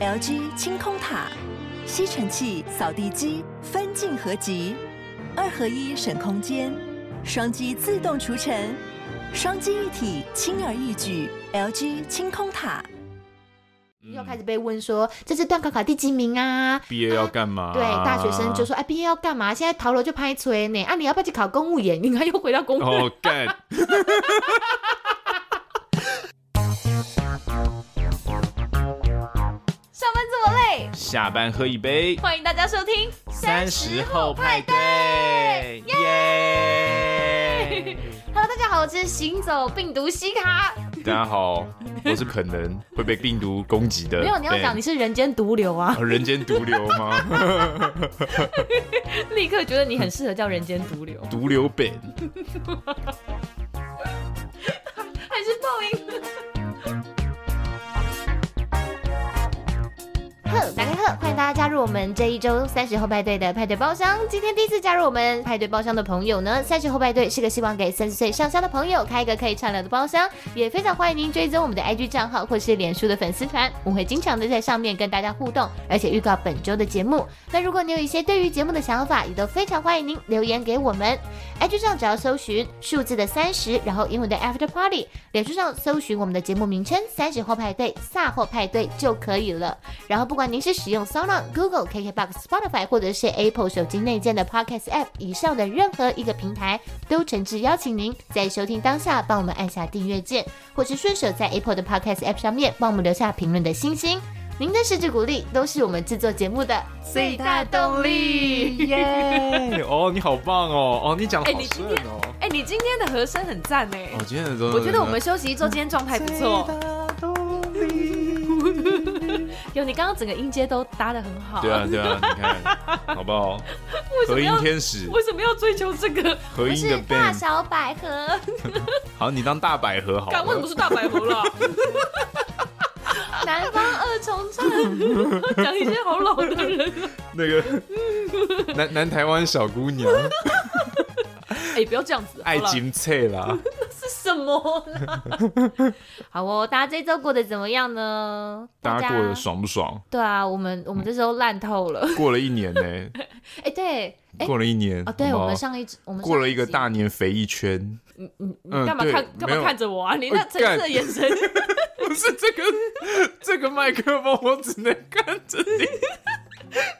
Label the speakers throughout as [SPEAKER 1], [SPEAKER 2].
[SPEAKER 1] LG 清空塔、吸尘器、扫地机分镜合集，二合一省空间，双击自动除尘，双击一体轻而易举。LG 清空塔。
[SPEAKER 2] 又开始被问说这次段考考第几名啊？
[SPEAKER 3] 嗯毕业要干嘛？
[SPEAKER 2] 对，大学生就说：“哎，毕业要干嘛？现在逃楼就拍催呢。啊，你要不要去考公务员？”你看又回到公务员。
[SPEAKER 3] 哦干，
[SPEAKER 4] 上班这么累，
[SPEAKER 3] 下班喝一杯，
[SPEAKER 4] 欢迎大家收听
[SPEAKER 3] 30对，耶！
[SPEAKER 4] Hello，大家好，我是行走病毒西卡。
[SPEAKER 3] 大家好，我是可能会被病毒攻击的。
[SPEAKER 2] 没有，你要讲你是人间毒瘤啊！
[SPEAKER 3] 哦人间毒瘤 吗？
[SPEAKER 4] 立刻觉得你很适合叫人间毒瘤，
[SPEAKER 3] 毒瘤本，
[SPEAKER 4] 还是报应？
[SPEAKER 2] 呵，大家好，欢迎大家加入我们这一周三十后派对的派对包厢。今天第一次加入我们派对包厢的朋友呢，三十后派对是个希望给三十岁上下的朋友开一个可以畅聊的包厢，也非常欢迎您追踪我们的 IG 账号或是脸书的粉丝团，我们会经常的在上面跟大家互动，而且预告本周的节目。那如果你有一些对于节目的想法，也都非常欢迎您留言给我们。IG 上只要搜寻数字的三十，然后英文的 After Party，脸书上搜寻我们的节目名称“三十后派对”“萨后派对”就可以了。然后，不管您是使用 s o n o Google、KKBox、Spotify 或者是 Apple 手机内建的 Podcast App 以上的任何一个平台，都诚挚邀请您在收听当下帮我们按下订阅键，或是顺手在 Apple 的 Podcast App 上面帮我们留下评论的星星。您的支持鼓励都是我们制作节目的最大动力。
[SPEAKER 3] 耶！哦，你好棒哦！哦，你讲得
[SPEAKER 4] 哎
[SPEAKER 3] 好
[SPEAKER 4] 你今
[SPEAKER 3] 顺
[SPEAKER 4] 天
[SPEAKER 3] 哦。
[SPEAKER 4] 哎、你今天的和声很赞哎、
[SPEAKER 3] 哦，今天的真的，
[SPEAKER 4] 我觉得我们休息一周，今天状态不错。有，你刚刚整个音阶都搭的很好。
[SPEAKER 3] 对啊，对啊，你看，好不好？
[SPEAKER 4] 为什
[SPEAKER 3] 合
[SPEAKER 4] 么
[SPEAKER 3] 音
[SPEAKER 4] 要
[SPEAKER 3] 天使，
[SPEAKER 4] 为什么要追求这个？
[SPEAKER 3] 合音的 band，
[SPEAKER 2] 小百合，
[SPEAKER 3] 好，你当大百合好
[SPEAKER 4] 敢为什么
[SPEAKER 3] 了。
[SPEAKER 4] 是大百合 了？
[SPEAKER 2] 南方二重唱。
[SPEAKER 4] 讲一些好老的人。
[SPEAKER 3] 那个 南南台湾小姑娘
[SPEAKER 4] 哎、不要这样子。
[SPEAKER 3] 爱
[SPEAKER 4] 好了
[SPEAKER 3] 金翠啦，
[SPEAKER 4] 是什么啦？
[SPEAKER 2] 好哦，大家这周过得怎么样呢？
[SPEAKER 3] 大家过得爽不爽？
[SPEAKER 2] 对啊，我们我们这周烂透了。
[SPEAKER 3] 过了一年呢，
[SPEAKER 2] 哎、对， 哎、
[SPEAKER 3] 过了一年
[SPEAKER 2] 哦，对，
[SPEAKER 3] 好不好
[SPEAKER 2] 我们上一集我们上
[SPEAKER 3] 过了一个
[SPEAKER 2] 集
[SPEAKER 3] 大年肥一 圈，
[SPEAKER 4] 你
[SPEAKER 3] 嗯
[SPEAKER 4] 干嘛
[SPEAKER 3] 对
[SPEAKER 4] 看干
[SPEAKER 3] 没
[SPEAKER 4] 嘛
[SPEAKER 3] 有
[SPEAKER 4] 看着我啊？你那
[SPEAKER 3] 哎
[SPEAKER 4] 诚挚的
[SPEAKER 3] 干
[SPEAKER 4] 眼神，
[SPEAKER 3] 不是这个这个麦克风，我只能看着你。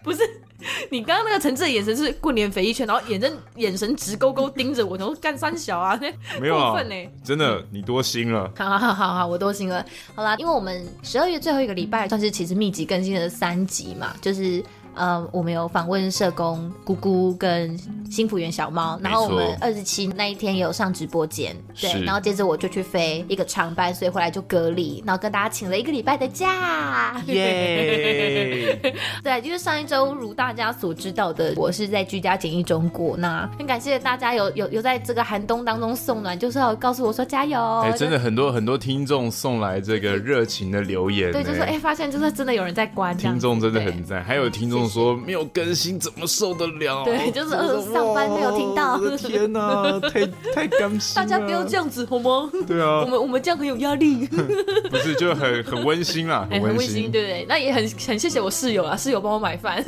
[SPEAKER 4] 不是 你刚刚那个诚挚的眼神是过年肥一圈，然后眼神眼神直勾勾盯着我，然后干三小啊，那
[SPEAKER 3] 没有啊
[SPEAKER 4] 过分
[SPEAKER 2] 欸
[SPEAKER 4] 呢，
[SPEAKER 3] 真的你多啊心了。
[SPEAKER 2] 好好好好，我多心了。好啦，因为我们十二月最后一个礼拜算是其实密集更新了三集嘛，就是呃，我们有访问社工姑姑跟新福园小猫，然后我们二十七那一天也有上直播间，对，
[SPEAKER 3] 是
[SPEAKER 2] 然后接着我就去飞一个长班，所以回来就隔离，然后跟大家请了一个礼拜的假。
[SPEAKER 3] 耶！
[SPEAKER 2] 对，就是上一周如大家所知道的，我是在居家检疫中过，那很感谢大家有有有在这个寒冬当中送暖，就是要告诉我说加油，
[SPEAKER 3] 哎，真的很多很多听众送来这个热情的留言，
[SPEAKER 2] 对，就说哎、发现就是真的有人在关，这样
[SPEAKER 3] 听
[SPEAKER 2] 子
[SPEAKER 3] 众真的很赞，还有听众说没有更新怎么受得了？
[SPEAKER 2] 对就是呃上班没有听到
[SPEAKER 3] 哇我的天 哪，太太甘心
[SPEAKER 4] 大
[SPEAKER 3] 了！
[SPEAKER 4] 家不要这样子好吗？
[SPEAKER 3] 对
[SPEAKER 4] 我
[SPEAKER 3] 啊，
[SPEAKER 4] 们我们这样很有压力，
[SPEAKER 3] 不是就很很温馨 啦，
[SPEAKER 4] 哎，很
[SPEAKER 3] 温
[SPEAKER 4] 温馨，对不对？那也很很谢谢我室友啊，室友帮我 买饭。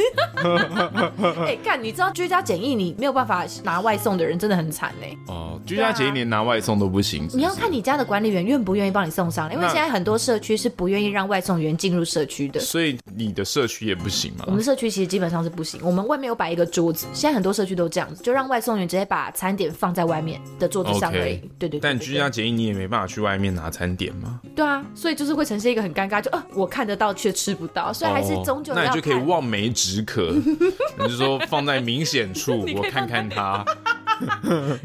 [SPEAKER 4] 哎，看，你知道居家检疫，你没有办法拿外送的人真的很惨哎。
[SPEAKER 3] 哦。居家前一年拿外送都不行，
[SPEAKER 2] 啊你要看
[SPEAKER 3] 你。
[SPEAKER 2] 你家的管理员愿不愿意帮你送上来，因为
[SPEAKER 3] 那
[SPEAKER 2] 现在很多社区是不愿意让外送员进入社区的。
[SPEAKER 3] 所以你的社区也不行嘛
[SPEAKER 2] 我？们社区其实基本上是不行，我们外面有摆一个桌子，现在很多社区都这样子，就让外送员直接把餐点放在外面的桌子上而已
[SPEAKER 3] OK。
[SPEAKER 2] 对对对，
[SPEAKER 3] 但
[SPEAKER 2] 对
[SPEAKER 3] 居家检疫你也没办法去外面拿餐点嘛，
[SPEAKER 4] 对啊，所以就是会呈现一个很尴尬，就呃，我看得到却吃不到，所以还是终究
[SPEAKER 3] 哦那
[SPEAKER 4] 要
[SPEAKER 3] 你就可
[SPEAKER 4] 看。
[SPEAKER 3] 以望梅止 渴，你就说放在明显处，
[SPEAKER 4] 你
[SPEAKER 3] 我
[SPEAKER 4] 可以
[SPEAKER 3] 看看它。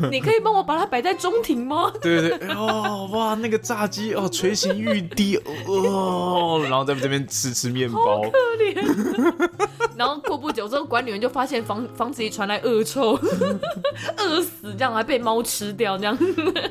[SPEAKER 4] 你可以帮我把它摆在中庭 吗？
[SPEAKER 3] 对对对，哦哇，那个炸鸡哦垂涎欲滴哦，然后在这边吃吃面包，
[SPEAKER 4] 可怜。 然后过不久之后，管理员就发现房房子里传来恶臭， 饿死这样，还被猫吃掉这样。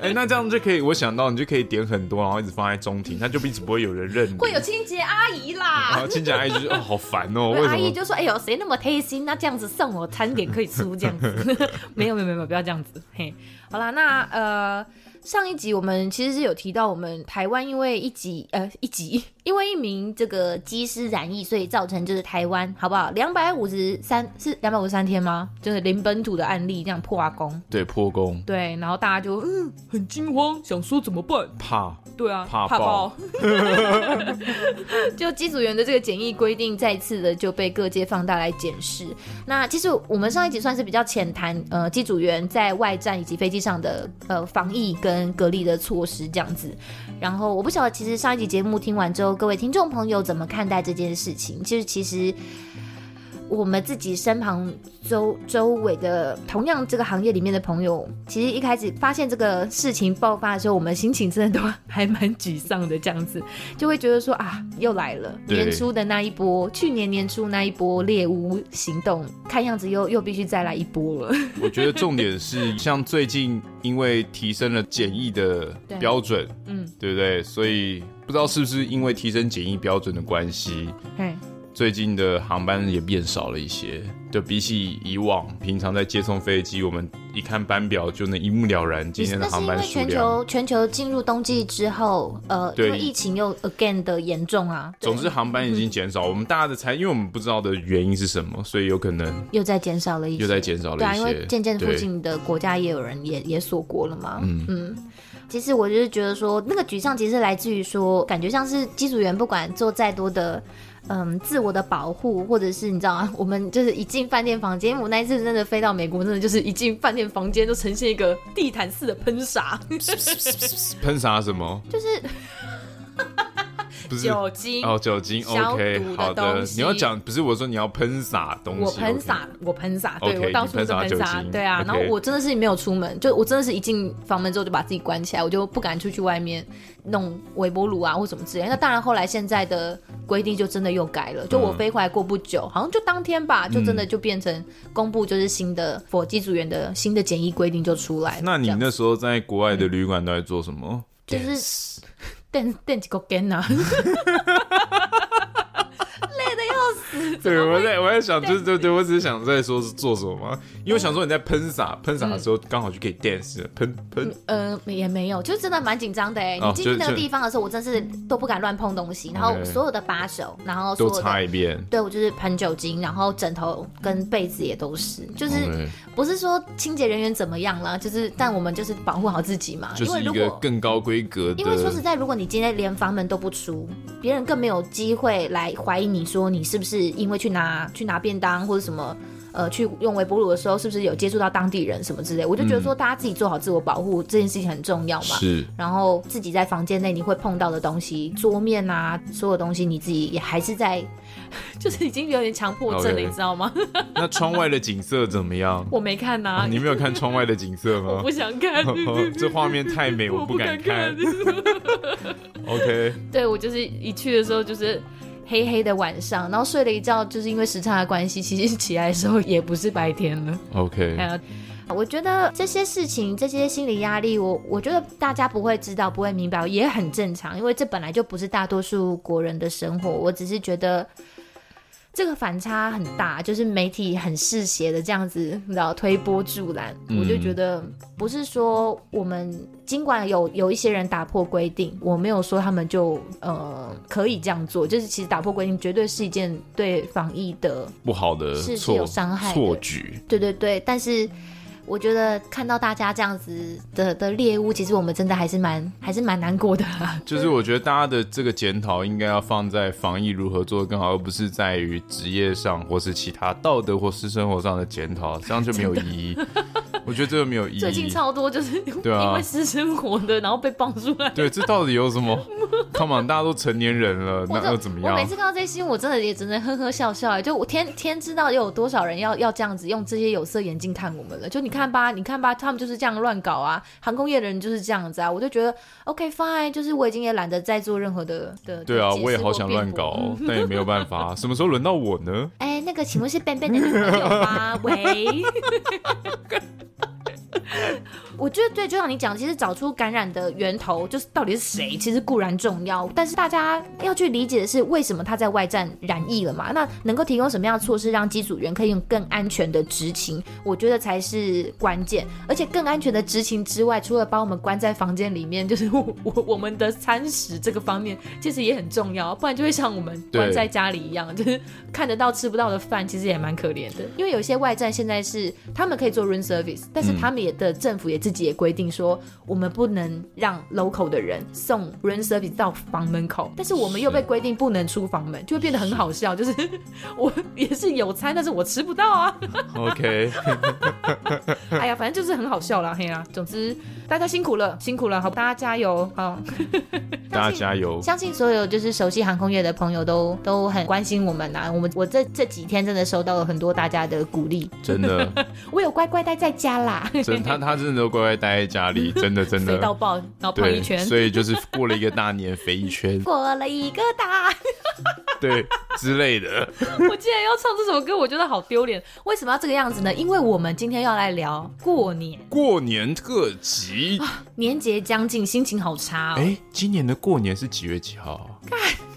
[SPEAKER 3] 哎，那这样就可以，我想到你就可以点很多，然后一直放在中庭，那就一直不会有人认你。
[SPEAKER 4] 会有清洁阿姨
[SPEAKER 3] 然
[SPEAKER 4] 啦，
[SPEAKER 3] 后亲戚阿姨就说哦好烦哦，为
[SPEAKER 2] 对阿
[SPEAKER 3] 什
[SPEAKER 2] 姨
[SPEAKER 3] 么？
[SPEAKER 2] 就说：“哎呦，谁那么贴心？那这样子送我餐点可以出这样子？”
[SPEAKER 4] 没有没有没有，不要这样子。嘿，
[SPEAKER 2] 好啦，那呃，上一集我们其实是有提到，我们台湾因为一集呃一集， 呃
[SPEAKER 4] 因为一名这个机师染疫，所以造成就是台湾好不好？两百五十三是
[SPEAKER 2] 两百五十三天吗？就是零本土的案例这样破阿公，
[SPEAKER 3] 对，破功
[SPEAKER 2] 对，然后大家就嗯很惊慌，想说怎么办？
[SPEAKER 3] 怕
[SPEAKER 2] 对啊，
[SPEAKER 3] 怕
[SPEAKER 2] 爆。就机组员的这个检疫规定，再次的就被各界放大来检视。
[SPEAKER 4] 那其实我们上一集算是比较浅谈，呃，机组员在外站以及飞机上的呃防疫跟隔离的措施这样子。然后我不晓得，其实上一集节目听完之后，各位听众朋友怎么看待这件事情？就是其实我们自己身旁周周围的同样这个行业里面的朋友，其实一开始发现这个事情爆发的时候，我们心情真的都还蛮沮丧的，这样子就会觉得说啊，又来了，
[SPEAKER 3] 对
[SPEAKER 4] 年初的那一波，去年年初那一波猎巫行动，看样子又又必须再来一波了。
[SPEAKER 3] 我觉得重点 是，像最近因为提升了检疫的标准，
[SPEAKER 2] 嗯，
[SPEAKER 3] 对不对？所以不知道是不是因为提升检疫标准的关系，
[SPEAKER 4] 嗯，
[SPEAKER 3] 最近的航班也变少了一些。就比起以往，平常在接送飞机，我们一看班表就能一目了然今天的
[SPEAKER 4] 那是
[SPEAKER 3] 航
[SPEAKER 4] 因为
[SPEAKER 3] 班数
[SPEAKER 4] 全
[SPEAKER 3] 量。
[SPEAKER 4] 球全球进入冬季之后，呃，
[SPEAKER 3] 对
[SPEAKER 4] 因为疫情又 again 的严重啊，对
[SPEAKER 3] 总之，航班已经减少，我们大家的猜，因为我们不知道的原因是什么，所以有可能
[SPEAKER 4] 又再减少了一些，
[SPEAKER 3] 又在减少了
[SPEAKER 4] 对
[SPEAKER 3] 一
[SPEAKER 4] 啊，
[SPEAKER 3] 些。
[SPEAKER 4] 因为渐渐附
[SPEAKER 3] 对
[SPEAKER 4] 近的国家也有人也也锁国了嘛。
[SPEAKER 3] 嗯
[SPEAKER 4] 其实我就是觉得说，那个沮丧其实来自于说，感觉像是机组员不管做再多的。嗯，自我的保护，或者是你知道啊，我们就是一进饭店房间，因为我那一次真的飞到美国，真的就是一进饭店房间就呈现一个
[SPEAKER 2] 地毯式的喷洒
[SPEAKER 3] 喷洒什么？
[SPEAKER 4] 就是
[SPEAKER 3] 不是
[SPEAKER 2] 酒精。
[SPEAKER 3] 哦，酒精
[SPEAKER 2] 消
[SPEAKER 3] OK，
[SPEAKER 2] 毒的
[SPEAKER 3] 好的
[SPEAKER 2] 东。西
[SPEAKER 3] 你要讲不是我说你要喷洒东西，
[SPEAKER 2] 我喷洒，我喷洒，对
[SPEAKER 3] OK，
[SPEAKER 2] 我到处
[SPEAKER 3] 你
[SPEAKER 2] 都
[SPEAKER 3] 喷洒
[SPEAKER 2] 喷
[SPEAKER 3] 酒
[SPEAKER 2] 洒，
[SPEAKER 3] 精
[SPEAKER 2] 对啊。
[SPEAKER 3] OK
[SPEAKER 2] 然后我真的是没有出门，就我真的是一进房门之后就把自己关起来，我就不敢出去外面弄微波炉啊或什么之类的。那当然，后来现在的规定就真的又改了，就我
[SPEAKER 3] 嗯
[SPEAKER 2] 飞回来过不久，好像就当天吧，就真的就变成公布就是新的佛机组员的新的检疫规定就出来
[SPEAKER 3] OK。
[SPEAKER 2] 了。
[SPEAKER 3] 那你
[SPEAKER 2] 这样
[SPEAKER 3] 那时候在国外的旅馆都在做什么？
[SPEAKER 4] 就是
[SPEAKER 2] 垫垫几个根啊？
[SPEAKER 3] 对，我在我在想，就是对对，我只是想在说是做什么嘛，因为我想说你在喷洒喷洒的时候，刚好就可以 dance 喷喷。
[SPEAKER 4] 嗯
[SPEAKER 2] 呃，也没有，
[SPEAKER 4] 就是真的蛮紧张的
[SPEAKER 2] 欸
[SPEAKER 4] 哎、
[SPEAKER 3] 哦
[SPEAKER 4] 你进去
[SPEAKER 3] 就
[SPEAKER 4] 那个
[SPEAKER 3] 就
[SPEAKER 4] 地方的时候，我真是都不敢乱碰东西，然后
[SPEAKER 3] OK
[SPEAKER 4] 所有的把手，然后所
[SPEAKER 3] 都
[SPEAKER 4] 有
[SPEAKER 3] 擦
[SPEAKER 4] 的。
[SPEAKER 3] 一遍，
[SPEAKER 4] 对，我就是喷酒精，然后枕头跟被子也都是，就是
[SPEAKER 3] OK
[SPEAKER 4] 不是说清洁人员怎么样啦，就是但我们就是保护好自己嘛，
[SPEAKER 3] 就
[SPEAKER 4] 因为
[SPEAKER 3] 是一
[SPEAKER 4] 如
[SPEAKER 3] 个
[SPEAKER 4] 果
[SPEAKER 3] 更高规格的。
[SPEAKER 4] 因为说实在，如果你今天连房门都不出，别人更没有机会来怀疑你说你是不是因为去拿去拿便当或者什么，呃，去用微波炉的时候是不是有接触到当地人什么之类。我就觉
[SPEAKER 3] 嗯
[SPEAKER 4] 得说，大家自己做好自我保护、这件事情很重要嘛。
[SPEAKER 3] 是
[SPEAKER 4] 然后自己在房间内你会碰到的东西，桌面啊，所有东西你自己也还是在
[SPEAKER 2] 就是已经有点强迫症了，
[SPEAKER 3] OK
[SPEAKER 2] 你知道 吗？
[SPEAKER 3] 那窗外的景色怎么样？
[SPEAKER 2] 我没看呐、
[SPEAKER 4] 啊
[SPEAKER 3] 啊你没有看窗外的景色
[SPEAKER 2] 我
[SPEAKER 3] 吗
[SPEAKER 2] 不？想 看，
[SPEAKER 3] 这画面太美，
[SPEAKER 2] 我
[SPEAKER 3] 不敢
[SPEAKER 2] 敢看。
[SPEAKER 3] OK，
[SPEAKER 2] 对我就是一去的时候就是
[SPEAKER 4] 黑黑的晚上，然后睡了一觉，就是因为时差的关系，其实起来的时候也不是白天了。
[SPEAKER 3] OK，
[SPEAKER 2] 哎呀，
[SPEAKER 4] 我觉得这些事情、这些心理压力，我我觉得大家不会知道、不会明白，也很正常，因为这本来就不是大多数国人的生活。我只是觉得这个反差很大，就是媒体很嗜血的这样子，你知道推波助澜，
[SPEAKER 3] 嗯
[SPEAKER 4] 我就觉得不是说我们尽管有有一些人打破规定，我没有说他们就呃可以这样做，就是其实打破规定绝对是一件对防疫的
[SPEAKER 3] 不好的
[SPEAKER 4] 是是
[SPEAKER 3] 错
[SPEAKER 4] 有伤害的
[SPEAKER 3] 错举，
[SPEAKER 4] 对对对，但是我觉得看到大家这样子的的猎物，其实我们真的还是蛮还是蛮难过的啊啦。
[SPEAKER 3] 就是我觉得大家的这个检讨应该要放在防疫如何做得更好，而不是在于职业上或是其他道德或是生活上的检讨，这样就没有 意义。我觉得这个没有意
[SPEAKER 2] 最近
[SPEAKER 3] 义。
[SPEAKER 2] 超多就是
[SPEAKER 3] 对啊
[SPEAKER 2] 因为私生活的，然后被爆出来。
[SPEAKER 3] 对，这到底有什么？Come on，大家都成年人了，
[SPEAKER 4] 我
[SPEAKER 3] 那又怎么
[SPEAKER 4] 我每
[SPEAKER 3] 样
[SPEAKER 4] 次？看到这些新闻，我真的也只能呵呵笑笑、哎就我天天知道有多少人要要这样子用这些有色眼镜看我们了。就你看吧，你看吧，他们就是这样乱搞啊，航空业的人就是这样子啊。我就觉得 OK fine，就是我已经也懒得再做任何的的。
[SPEAKER 3] 对啊，
[SPEAKER 4] 的解释
[SPEAKER 3] 我也好
[SPEAKER 4] 或
[SPEAKER 3] 想
[SPEAKER 4] 辩
[SPEAKER 3] 乱
[SPEAKER 4] 驳
[SPEAKER 3] 搞哦，但也没有办法。 什么时候轮到我呢？
[SPEAKER 4] 哎，那个，请 问是 Ben Ben 的女朋友吗？喂， 我觉得对，就像你讲，其实找出感染的源头，就是到底是谁，其实固然重要，但是大家要去理解的是，为什么他在外站染疫了嘛？那能够提供什么样的措施，让机组员可以用更安全的执勤，我觉得才是关键。而且更安全的执勤之外，除了把我们关在房间里面，就是我我我们的餐食这个方面，其实也很重要，不然就会像我们
[SPEAKER 3] 对
[SPEAKER 4] 关在家里一样， 就是看得到吃不到的饭，其实也蛮可怜的。因为有些外站现在是他们可以做 room service，但是他们也的政府也自己也规定说，我们不能让 local 的人送 room service 到房门口，但是我们又被规定不能出房门，就会变得很好笑。就是 我也是有餐，但是我吃不到啊。
[SPEAKER 3] OK，
[SPEAKER 4] 哎呀，反正就是很好笑啦，嘿啦。总之大家辛苦了，辛苦了，好，大家加油，好。
[SPEAKER 3] 大家加油。
[SPEAKER 2] 相信所有就是熟悉航空业的朋友都都很关心我们呐、我们我这这几天真的收到了很多大家的鼓励，
[SPEAKER 3] 真的，
[SPEAKER 2] 我有乖乖待在家啦。，
[SPEAKER 3] 真他他真的都乖乖待在家里，真的真
[SPEAKER 4] 肥到
[SPEAKER 3] 的，
[SPEAKER 4] 爆，然后胖一
[SPEAKER 3] 对，
[SPEAKER 4] 圈，
[SPEAKER 3] 所以就是过了一个大年肥一圈
[SPEAKER 2] 过了一个大，
[SPEAKER 3] 对之类的。
[SPEAKER 4] 我竟然要唱这首歌，我觉得好丢脸。为什么要这个样子呢？因为我们今天要来聊过年，
[SPEAKER 3] 过年特辑，
[SPEAKER 4] 年节将近，心情好差哦。
[SPEAKER 3] 哎，今年的过年是几月几号啊？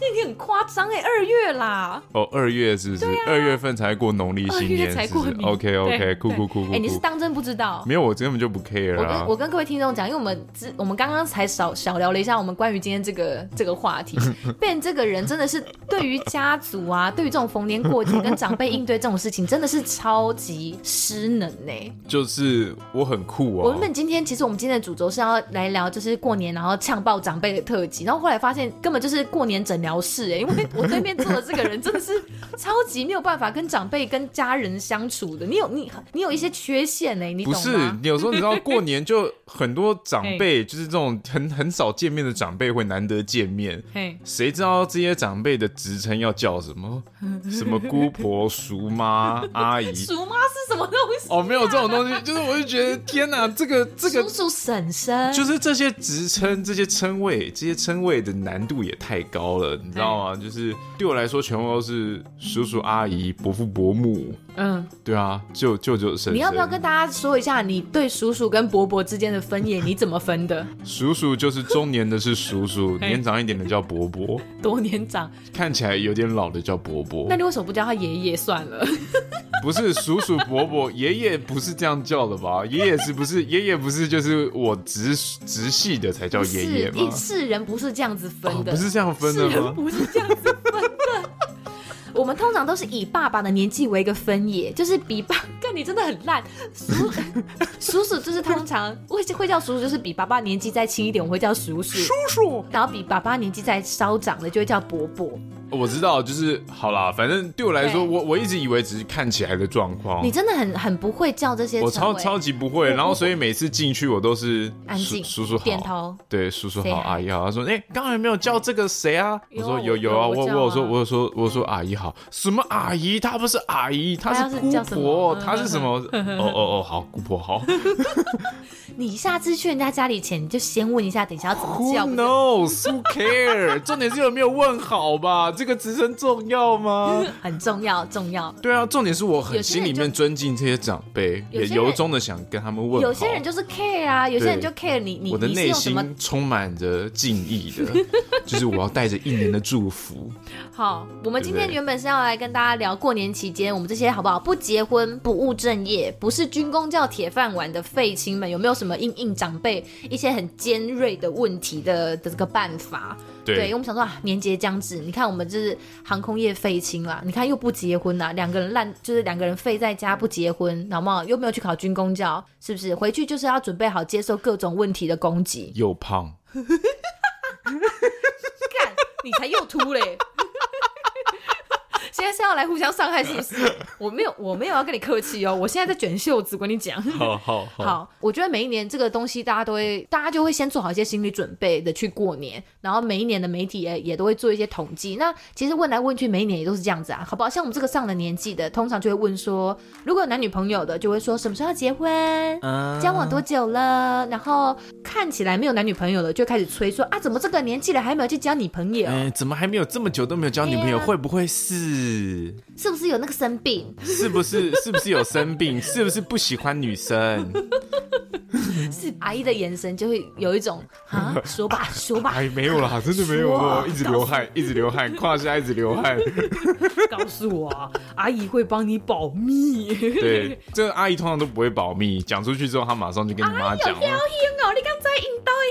[SPEAKER 4] 那天很夸张哎，二月啦，
[SPEAKER 3] 哦，二月是不是？二月份才过农历
[SPEAKER 4] 啊二
[SPEAKER 3] 新
[SPEAKER 4] 月
[SPEAKER 3] 年，
[SPEAKER 4] 才
[SPEAKER 3] 是不
[SPEAKER 4] 过
[SPEAKER 3] 是
[SPEAKER 4] 年。
[SPEAKER 3] ？OK
[SPEAKER 4] 对
[SPEAKER 3] OK，酷
[SPEAKER 4] 对
[SPEAKER 3] 酷酷酷
[SPEAKER 4] 哎，你是
[SPEAKER 3] 酷。
[SPEAKER 4] 当真不知道？
[SPEAKER 3] 没有，我根本就不 care
[SPEAKER 4] 我跟
[SPEAKER 3] 啊
[SPEAKER 4] 我。跟各位听众讲，因为我们之我们刚刚才少少聊了一下我们关于今天这个这个话 题，Ben 这个人真的是对于家族啊，对于这种逢年过节跟长辈应对这种事情，真的是超级失能呢、
[SPEAKER 3] 就是我很酷
[SPEAKER 4] 我
[SPEAKER 3] 哦
[SPEAKER 4] 原。本今天其实我们今天的主轴是要来聊，就是过年然后呛爆长辈的特辑，然后后来发现根本就是过年诊疗室哎、因为我对面坐的这个人真的是超级没有办法跟长辈跟家人相处的，你有你你有一些缺陷哎、你
[SPEAKER 3] 不
[SPEAKER 4] 懂
[SPEAKER 3] 是
[SPEAKER 4] 吗？，
[SPEAKER 3] 有时候你知道过年就很多长 辈，就是这种很很少见面的长辈会难得见面，
[SPEAKER 4] 嘿，
[SPEAKER 3] 谁知道这些长辈的职称要叫什 么？什么姑婆、叔妈、阿姨？
[SPEAKER 4] 鼠妈是什么东西？
[SPEAKER 3] 哦，没有这种东西，就是我就觉得天哪，这个这个
[SPEAKER 4] 叔啊叔婶婶
[SPEAKER 3] 就是这些职称、这些称谓、这些称谓的难度也太高了，你知道吗？就是对我来说，全部都是叔叔、阿姨、伯父、伯母，
[SPEAKER 4] 嗯，
[SPEAKER 3] 对啊，舅舅舅、婶婶。
[SPEAKER 4] 你要不要跟大家说一下你对叔叔跟伯伯之间的分野？你怎么 分的？
[SPEAKER 3] 叔叔就是中年的是叔 叔，
[SPEAKER 4] 嘿
[SPEAKER 3] 年长一点的叫伯伯，
[SPEAKER 4] 多年长，
[SPEAKER 3] 看起来有点老的叫伯伯
[SPEAKER 4] 那。你为什么不叫他爷爷算了？
[SPEAKER 3] 不是叔叔伯伯，爷爷不是这样叫的吧？爷爷是不是爷爷不是就是我直直系的才叫
[SPEAKER 4] 不
[SPEAKER 3] 爷
[SPEAKER 4] 是，
[SPEAKER 3] 爷吗
[SPEAKER 4] 一？世人不是这样子分
[SPEAKER 3] 哦
[SPEAKER 4] 的，
[SPEAKER 3] 不是这样分的
[SPEAKER 4] 世人
[SPEAKER 3] 吗？
[SPEAKER 4] 不是这样子分的。 我们通常都是以爸爸的年纪为一个分野，就是比爸，但你真的很烂。叔 叔叔就是通常会会叫叔叔，就是比爸爸年纪再轻一点，我会叫叔叔。
[SPEAKER 3] 叔叔，
[SPEAKER 4] 然后比爸爸年纪再稍长的就会叫伯伯。
[SPEAKER 3] 我知道，就是好啦，反正对我来说，
[SPEAKER 4] 对
[SPEAKER 3] 我我一直以为只是看起来的状况
[SPEAKER 4] 你，真的很很不会叫这些称谓，
[SPEAKER 3] 哦我超超级不会，然后所以每次进去我都是
[SPEAKER 4] 安静
[SPEAKER 3] 叔叔叔好，
[SPEAKER 4] 点头。
[SPEAKER 3] 对，叔叔
[SPEAKER 4] 谁
[SPEAKER 3] 好，
[SPEAKER 4] 啊
[SPEAKER 3] 阿姨好。他说：“哎、刚刚有没有叫这个谁啊？”
[SPEAKER 4] 有
[SPEAKER 3] 我
[SPEAKER 4] 啊
[SPEAKER 3] 说：“有
[SPEAKER 4] 我
[SPEAKER 3] 有啊，
[SPEAKER 4] 有
[SPEAKER 3] 我
[SPEAKER 4] 我叫啊
[SPEAKER 3] 我有说我有说我有说阿姨好，什么阿姨？她不是阿姨，她
[SPEAKER 4] 她要
[SPEAKER 3] 是
[SPEAKER 4] 是
[SPEAKER 3] 姑
[SPEAKER 4] 叫什
[SPEAKER 3] 婆，
[SPEAKER 4] 么
[SPEAKER 3] 她是什么？哦哦哦，好，姑婆好。
[SPEAKER 4] 你下次去人家家里前，你就先问一下，等一下要怎么
[SPEAKER 3] Who
[SPEAKER 4] 叫。
[SPEAKER 3] knows? Who care? 重点是有没有问好吧？这个职称重要 吗？
[SPEAKER 4] 很重要，重要。
[SPEAKER 3] 对啊，重点是我很
[SPEAKER 4] 有些
[SPEAKER 3] 心
[SPEAKER 4] 人
[SPEAKER 3] 里面尊敬这些长辈，
[SPEAKER 4] 有
[SPEAKER 3] 也
[SPEAKER 4] 些人
[SPEAKER 3] 由衷的想跟他们问好。
[SPEAKER 4] 有些人就是 care 啊，有些人就 care 你，你
[SPEAKER 3] 我的
[SPEAKER 4] 你是
[SPEAKER 3] 内
[SPEAKER 4] 用什
[SPEAKER 3] 心
[SPEAKER 4] 么
[SPEAKER 3] 充满着敬意的， 就是我要带着一年的祝福。
[SPEAKER 4] 好，我们今天
[SPEAKER 3] 对
[SPEAKER 4] 原本是要来跟大家聊过年期间，我们这些好不好？不结婚、不务正业、不是军工教铁饭碗的废青们，有没有什么应应长辈一些很尖锐的问题的的这个办法？
[SPEAKER 3] 对
[SPEAKER 4] 因为我们想说啊，年节将至，你看我们就是航空业废青啦，你看又不结婚啦，两个人烂，就是两个人废在家不结婚，然后又没有去考军工教，是不是？回去就是要准备好接受各种问题的攻击。
[SPEAKER 3] 又胖，
[SPEAKER 4] 干，你才又秃嘞！ 现在是要来互相伤害是不是？我没有，我没有要跟你客气哦，我现在在卷袖子，我跟你讲。
[SPEAKER 3] 好好好
[SPEAKER 4] 好，我觉得每一年这个东西，大家都会，大家就会先做好一些心理准备的去过年，然后每一年的媒体也也都会做一些统计。那其实问来问去，每一年也都是这样子啊，好不好？像我们这个上了年纪的，通常就会问说，如果有男女朋友的，就会说什么时候要结婚，
[SPEAKER 3] 啊
[SPEAKER 4] 交往多久了，然后看起来没有男女朋友的，就开始催说啊，怎么这个年纪了还没有去交女朋友？
[SPEAKER 3] 哎嗯，怎么还没有这么久都没有交女朋友？
[SPEAKER 4] 对啊
[SPEAKER 3] 会不会是？是？
[SPEAKER 2] 是不是有那个生病？
[SPEAKER 3] 是不是？是不是有生病？是不是不喜欢女生？
[SPEAKER 4] 是阿姨的眼神就会有一种啊，说吧说吧，
[SPEAKER 3] 哎，没有啦，真的没有，我一直流汗，一直流汗，胯下一直流 汗。
[SPEAKER 5] 告诉我啊，阿姨会帮你保 密。
[SPEAKER 3] 对，这个阿姨通常都不会保密，讲出去之后，她马上就跟你
[SPEAKER 4] 啊
[SPEAKER 3] 妈讲。
[SPEAKER 4] 好凶哦，你刚才引到一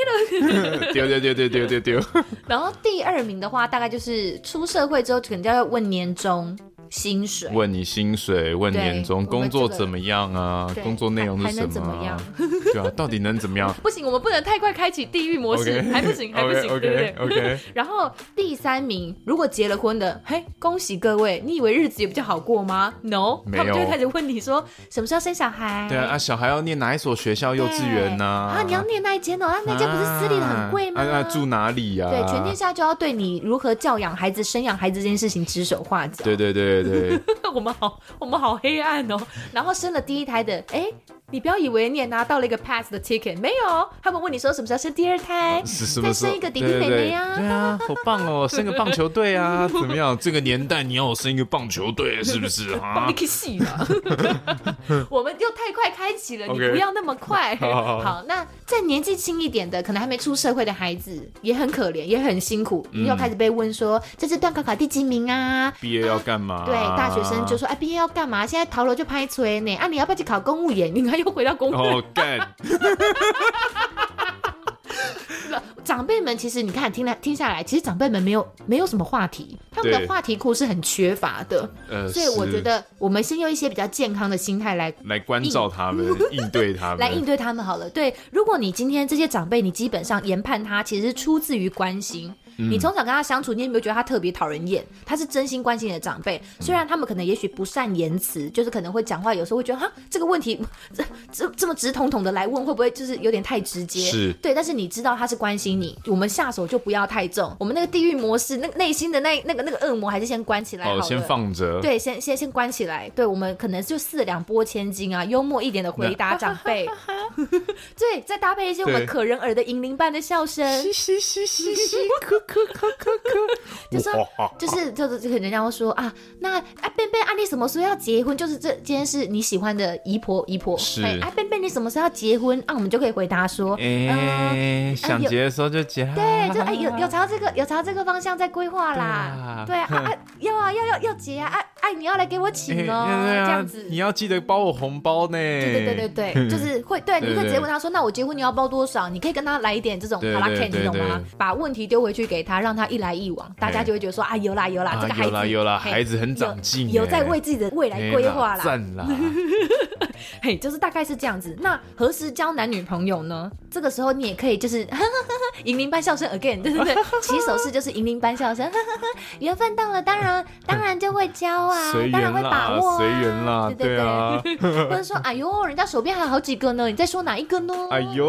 [SPEAKER 4] 了。
[SPEAKER 3] 丢丢丢丢丢丢 丢。
[SPEAKER 4] 然后第二名的话，大概就是出社会之后，肯定要问年终薪水。
[SPEAKER 3] 问你薪水，问年终，
[SPEAKER 4] 对我
[SPEAKER 3] 工
[SPEAKER 4] 们这个
[SPEAKER 3] 作怎么样啊？
[SPEAKER 4] 对
[SPEAKER 3] 工作内容是
[SPEAKER 4] 还还能
[SPEAKER 3] 什
[SPEAKER 4] 怎
[SPEAKER 3] 么
[SPEAKER 4] 么
[SPEAKER 3] 啊
[SPEAKER 4] 样？
[SPEAKER 3] 对啊，到底能怎么 样
[SPEAKER 4] 不行，我们不能太快开启地狱模式
[SPEAKER 3] OK，
[SPEAKER 4] 还不行，还不行对不对
[SPEAKER 3] ？OK OK
[SPEAKER 4] 然后第三名，如果结了婚的，嘿，恭喜各位！你以为日子也比较好过吗？No，
[SPEAKER 3] 没有
[SPEAKER 4] 他们就会开始问你说什么时候生小孩？
[SPEAKER 3] 对啊，啊，小孩要念哪一所学校、
[SPEAKER 4] 对
[SPEAKER 3] 幼稚园呢？
[SPEAKER 4] 啊，你要念那一间哦，那那间不是私立的很贵吗？
[SPEAKER 3] 啊啊，住哪里呀？
[SPEAKER 4] 对，全天下就要对你如何教养孩子、生养孩子这件事情指手画脚。
[SPEAKER 3] 对对对 对，
[SPEAKER 4] 我们好，我们好黑暗哦。然后生了第一胎的，哎，你不要以为你也拿到了一个 pass 的 ticket，没有，哦他们问你说什么时候生第 二胎，
[SPEAKER 3] 是什么时
[SPEAKER 4] 哎再
[SPEAKER 3] 候？
[SPEAKER 4] 生一个弟弟
[SPEAKER 3] 对对
[SPEAKER 4] 妹
[SPEAKER 3] 对
[SPEAKER 4] 妹啊
[SPEAKER 3] 对啊，好棒哦，生个棒球队啊， 怎么样？这个年代你要我生一个棒球队是不是
[SPEAKER 5] 帮
[SPEAKER 3] 啊
[SPEAKER 5] 你？去洗了，
[SPEAKER 4] 我们又太快开启了，你
[SPEAKER 3] OK
[SPEAKER 4] 不要那么快。
[SPEAKER 3] 好好好
[SPEAKER 4] 那再年纪轻一点的，可能还没出社会的孩子，也很可怜，也很辛苦，又开始被问说、这次段考考第几名啊？
[SPEAKER 3] 嗯毕业要干嘛？
[SPEAKER 4] 对，大学生就说：“哎，毕业要干嘛？现在逃楼就拍催呢。啊，你要不要去考公务员？你看又回到公务员。
[SPEAKER 3] 哦干，
[SPEAKER 4] 长辈们其实你看，听来听下来，其实长辈们没有没有什么话题，他们的
[SPEAKER 3] 对
[SPEAKER 4] 话题库是很缺乏的。
[SPEAKER 3] 呃，
[SPEAKER 4] 所以我
[SPEAKER 3] 是
[SPEAKER 4] 觉得我们先用一些比较健康的心态来
[SPEAKER 3] 来关照他们，应对他们， 哦
[SPEAKER 4] 来应对他们好了。对，如果你今天这些长辈，你基本上研判他其实是出自于关心。
[SPEAKER 3] 嗯
[SPEAKER 4] 你从小跟他相处，你有没有觉得他特别讨人厌？他是真心关心你的长辈，
[SPEAKER 3] 嗯
[SPEAKER 4] 虽然他们可能也许不善言辞，就是可能会讲话，有时候会觉得哈这个问题 这这这么直筒筒的来问，会不会就是有点太直接？
[SPEAKER 3] 是
[SPEAKER 4] 对，但是你知道他是关心你，我们下手就不要太重，我们那个地狱模式，那内心的那那个那个恶魔还是先关起来好
[SPEAKER 3] 哦，
[SPEAKER 4] 了。
[SPEAKER 3] 先放着。
[SPEAKER 4] 对，先先先关起来。对我们可能就四两拨千斤啊，幽默一点的回答长辈， 对，再搭配一些我们
[SPEAKER 3] 对
[SPEAKER 4] 可人耳的银铃般的笑声，
[SPEAKER 3] 嘻嘻嘻嘻，咳咳咳
[SPEAKER 4] 就说
[SPEAKER 3] 咳咳。
[SPEAKER 4] 就是就是可能人家会说啊，那啊贝贝啊，你什么时候要结婚？就是这今天是你喜欢的姨婆姨婆，
[SPEAKER 3] 是
[SPEAKER 4] 哎啊贝贝你什么时候要结婚？啊，我们就可以回答说，嗯。
[SPEAKER 3] 哎，想结的时候就结。啊
[SPEAKER 4] 对，就哎、有有朝这个有朝这个方向在规划啦，
[SPEAKER 3] 对
[SPEAKER 4] 对
[SPEAKER 3] 啊
[SPEAKER 4] 啊啊啊要啊要要要结啊，啊啊你要来给我请哦，
[SPEAKER 3] 哎对啊
[SPEAKER 4] 这样子
[SPEAKER 3] 你要记得包我红包呢。对
[SPEAKER 4] 对对对对，就是会对，
[SPEAKER 3] 嗯对
[SPEAKER 4] 你会直接
[SPEAKER 3] 对
[SPEAKER 4] 问他说：“那我结婚你要包多少？”你可以跟他来一点这种
[SPEAKER 3] 对
[SPEAKER 4] 卡拉
[SPEAKER 3] 对
[SPEAKER 4] K，你
[SPEAKER 3] 对
[SPEAKER 4] 懂吗
[SPEAKER 3] 对？
[SPEAKER 4] 把问题丢回去给他，让他一来一往，大家
[SPEAKER 3] 嘿
[SPEAKER 4] 就会觉得说：“啊，有啦有啦，
[SPEAKER 3] 啊
[SPEAKER 4] 这个孩
[SPEAKER 3] 有啦
[SPEAKER 4] 子
[SPEAKER 3] 有啦
[SPEAKER 4] 嘿
[SPEAKER 3] 孩子很长进
[SPEAKER 4] 有有
[SPEAKER 3] 耶
[SPEAKER 4] 在为自己的未来
[SPEAKER 3] 哎
[SPEAKER 4] 规划
[SPEAKER 3] 啦
[SPEAKER 4] 啦。
[SPEAKER 3] 赞啦，”
[SPEAKER 4] 嘿，就是大概是这样子。那何时交男女朋友呢？这个时候你也可以就是 银铃般笑声 again，对 对对，起手式就是银铃般笑声，缘分到了，当然当然就会交啊
[SPEAKER 3] 随，
[SPEAKER 4] 当然
[SPEAKER 3] 缘
[SPEAKER 4] 会把
[SPEAKER 3] 啦
[SPEAKER 4] 握，啊，
[SPEAKER 3] 随缘啦，
[SPEAKER 4] 对对
[SPEAKER 3] 对啊。
[SPEAKER 4] 或者说，哎呦，人家手边还有好几个呢，你在说哪一个呢？
[SPEAKER 3] 哎呦，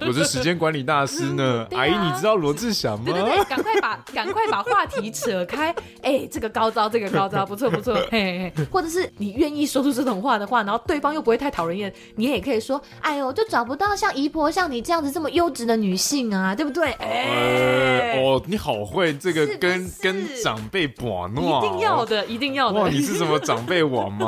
[SPEAKER 3] 我是时间管理大师呢。
[SPEAKER 4] 对啊
[SPEAKER 3] 阿姨，你知道罗志祥吗
[SPEAKER 4] 对？对对，赶 快把赶快把话题扯开。哎、这个高招，这个高招，不错不错。嘿 嘿嘿，或者是你愿意说出这种话的话，然后对方又不会太讨人厌，你也可以说，哎呦，就找不到像姨婆像你这样子这么优质的女性啊，对不 对？哎、
[SPEAKER 3] 呃，哦，你好会这个
[SPEAKER 4] 是不
[SPEAKER 3] 跟
[SPEAKER 4] 是
[SPEAKER 3] 跟长辈把
[SPEAKER 5] 一
[SPEAKER 3] 闹，啊
[SPEAKER 5] 定要的，一定要
[SPEAKER 3] 哇，
[SPEAKER 5] 的。
[SPEAKER 3] 你
[SPEAKER 4] 哎
[SPEAKER 3] 是什么长辈王吗？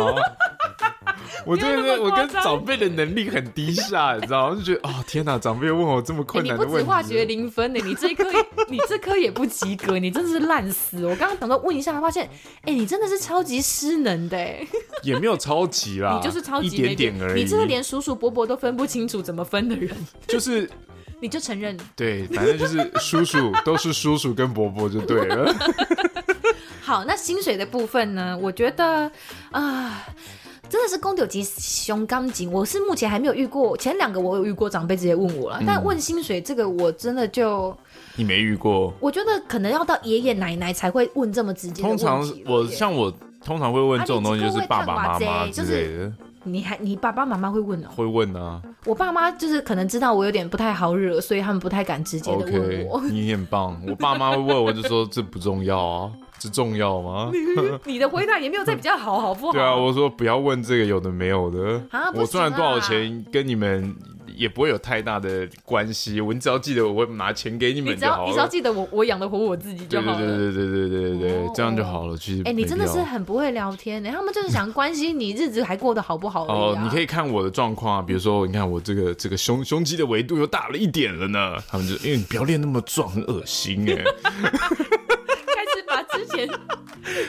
[SPEAKER 3] 我真
[SPEAKER 5] 不要
[SPEAKER 3] 的，
[SPEAKER 5] 那
[SPEAKER 3] 我
[SPEAKER 5] 么夸
[SPEAKER 3] 跟
[SPEAKER 5] 张
[SPEAKER 3] 长辈的能力很低下，你知道吗？就觉得啊、天哪，长辈问我这么
[SPEAKER 5] 哎
[SPEAKER 3] 困
[SPEAKER 5] 你
[SPEAKER 3] 难
[SPEAKER 5] 不
[SPEAKER 3] 的
[SPEAKER 5] 止
[SPEAKER 3] 问题，
[SPEAKER 5] 化学零分呢、你这一科也你这科也不及格，你真的是烂死！我刚刚想说问一下，发现，哎、你真的是超级失能的、哎
[SPEAKER 3] 也没有超级啦，
[SPEAKER 5] 你就是超级
[SPEAKER 3] 一点点而已。
[SPEAKER 5] 你这个连叔叔伯伯都分不清楚怎么分 的人，
[SPEAKER 3] 就是
[SPEAKER 5] 你就承认
[SPEAKER 3] 对，反正就是叔叔都是叔叔跟伯伯就对了。
[SPEAKER 4] 好，那薪水的部分呢？我觉得啊、真的是公有级熊钢筋，我是目前还没有遇过，前两个我有遇过长辈直接问我了，
[SPEAKER 3] 嗯
[SPEAKER 4] 但问薪水这个我真的就，
[SPEAKER 3] 你没遇过？
[SPEAKER 4] 我觉得可能要到爷爷奶奶才会问这么直接的
[SPEAKER 3] 通
[SPEAKER 4] 问题
[SPEAKER 3] 常
[SPEAKER 4] 了耶
[SPEAKER 3] 我像我通常会问这种东西，
[SPEAKER 4] 啊
[SPEAKER 3] 就
[SPEAKER 4] 你这个
[SPEAKER 3] 是爸爸妈妈
[SPEAKER 4] 会
[SPEAKER 3] 之
[SPEAKER 4] 看吧这
[SPEAKER 3] 类的，
[SPEAKER 4] 你还你爸爸妈妈会问哦、
[SPEAKER 3] 会问啊。
[SPEAKER 4] 我爸妈就是可能知道我有点不太好惹，所以他们不太敢直接的问
[SPEAKER 3] OK，
[SPEAKER 4] 我。
[SPEAKER 3] 你很棒。我爸妈会问，我就说这不重要啊，这重要吗？
[SPEAKER 5] 你的回答也没有再比较好，好不好？
[SPEAKER 3] 对啊，我说不要问这个有的没有的。
[SPEAKER 4] 啊
[SPEAKER 3] 我
[SPEAKER 4] 不行啊
[SPEAKER 3] 赚了多少钱跟你们也不会有太大的关系，我你只要记得我会拿钱给你
[SPEAKER 5] 你
[SPEAKER 3] 们
[SPEAKER 5] 只
[SPEAKER 3] 就
[SPEAKER 5] 要
[SPEAKER 3] 好
[SPEAKER 5] 你只要
[SPEAKER 3] 了。
[SPEAKER 5] 记得我我养得活我自己
[SPEAKER 3] 对
[SPEAKER 5] 就好
[SPEAKER 3] 对
[SPEAKER 5] 了。
[SPEAKER 3] 对对对对对对对对，这样就好了。其实
[SPEAKER 4] 哎、你
[SPEAKER 3] 没
[SPEAKER 4] 真的
[SPEAKER 3] 必
[SPEAKER 4] 是
[SPEAKER 3] 要
[SPEAKER 4] 很不会聊天欸呢、他们就是想关心你日子还过得好不好而已、
[SPEAKER 3] 哦
[SPEAKER 4] 啊。，
[SPEAKER 3] 你可以看我的状况啊，比如说，你看我这个这个胸胸肌的维度又大了一点了呢。他们就因为、你不要练那么壮，很恶心哎、
[SPEAKER 5] 开始把之前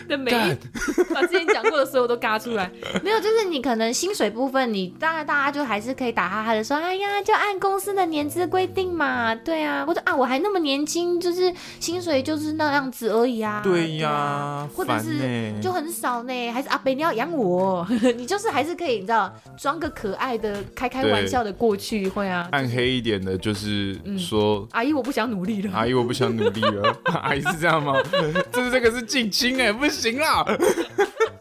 [SPEAKER 5] 的每一把之前讲过的所有都嘎出来。
[SPEAKER 4] 没有，就是你可能薪水部分，你当然大家就还是可以打哈哈的说，哎呀，就按公司的年资规定嘛，对啊，或者啊我还那么年轻，就是薪水就是那样子而已啊，
[SPEAKER 3] 对呀、
[SPEAKER 4] 啊或者
[SPEAKER 3] 烦欸
[SPEAKER 4] 是
[SPEAKER 3] 呢
[SPEAKER 4] 就很少呢，还是阿北你要养我， 你就是还是可以，你知道装个可爱的开开玩笑的过去，会啊，
[SPEAKER 3] 暗黑一点的，就是说。
[SPEAKER 4] 阿姨我不想努力了，
[SPEAKER 3] 阿姨，我不想努力了。阿姨是这样吗？这这个是近亲哎、不行啦！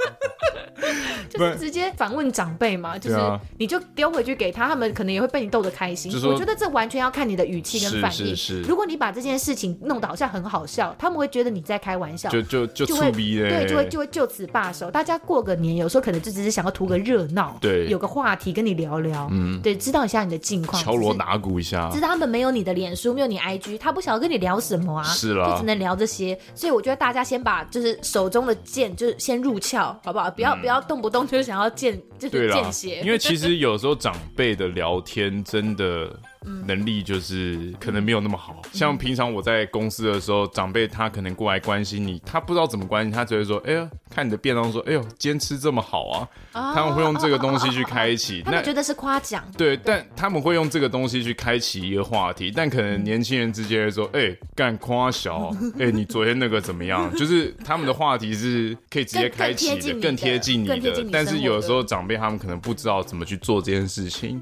[SPEAKER 4] 就是直接反问长辈嘛，就是
[SPEAKER 3] 对啊
[SPEAKER 4] 你就丢回去给他，他们可能也会被你逗得开心
[SPEAKER 3] 就。说
[SPEAKER 4] 我觉得这完全要看你的语气跟反应
[SPEAKER 3] 是。是是
[SPEAKER 4] 如果你把这件事情弄得好像很好笑，他们会觉得你在开玩笑，
[SPEAKER 3] 就就就
[SPEAKER 4] 就
[SPEAKER 3] 触欸
[SPEAKER 4] 会
[SPEAKER 3] 逼嘞，
[SPEAKER 4] 对，就会就会就此罢手。大家过个年，有时候可能就只是想要图个热闹，
[SPEAKER 3] 对
[SPEAKER 4] 有个话题跟你聊聊，
[SPEAKER 3] 嗯
[SPEAKER 4] 对，知道一下你的近况，
[SPEAKER 3] 敲锣
[SPEAKER 4] 只是
[SPEAKER 3] 打鼓一下
[SPEAKER 4] 知。道他们没有你的脸书，没有你 IG，他不晓得跟你聊什么啊，
[SPEAKER 3] 是啦
[SPEAKER 4] 就只能聊这些。所以我觉得大家先把就是手中的剑，就是先入鞘，好不好？不要、不要动不动就想要见，就
[SPEAKER 3] 嗯对
[SPEAKER 4] 是
[SPEAKER 3] 啦
[SPEAKER 4] 见，血。
[SPEAKER 3] 因为其实有时候长辈的聊天真的
[SPEAKER 4] 嗯
[SPEAKER 3] 能力就是可能没有那么好。像平常我在公司的时候，长辈他可能过来关心你，他不知道怎么关心，他只会说：“哎呦，看你的便当，说哎呦，今天吃这么好啊。”
[SPEAKER 4] 哦
[SPEAKER 3] 他们会用这个东西去开启。
[SPEAKER 4] 他
[SPEAKER 3] 那
[SPEAKER 4] 们觉得是夸奖，
[SPEAKER 3] 对，但他们会用这个东西去开启一个话题，但可能年轻人之间会说：“哎、干夸小，哎、你昨天那个怎么样？”就是他们的话题是可以直接
[SPEAKER 4] 更
[SPEAKER 3] 开启的，更
[SPEAKER 4] 更贴
[SPEAKER 3] 贴近
[SPEAKER 4] 近
[SPEAKER 3] 你
[SPEAKER 4] 你的更贴
[SPEAKER 3] 的
[SPEAKER 4] 近你。
[SPEAKER 3] 但
[SPEAKER 4] 生
[SPEAKER 3] 是
[SPEAKER 4] 活
[SPEAKER 3] 有
[SPEAKER 4] 的
[SPEAKER 3] 时候长辈他们可能不知道怎么去做这件事情，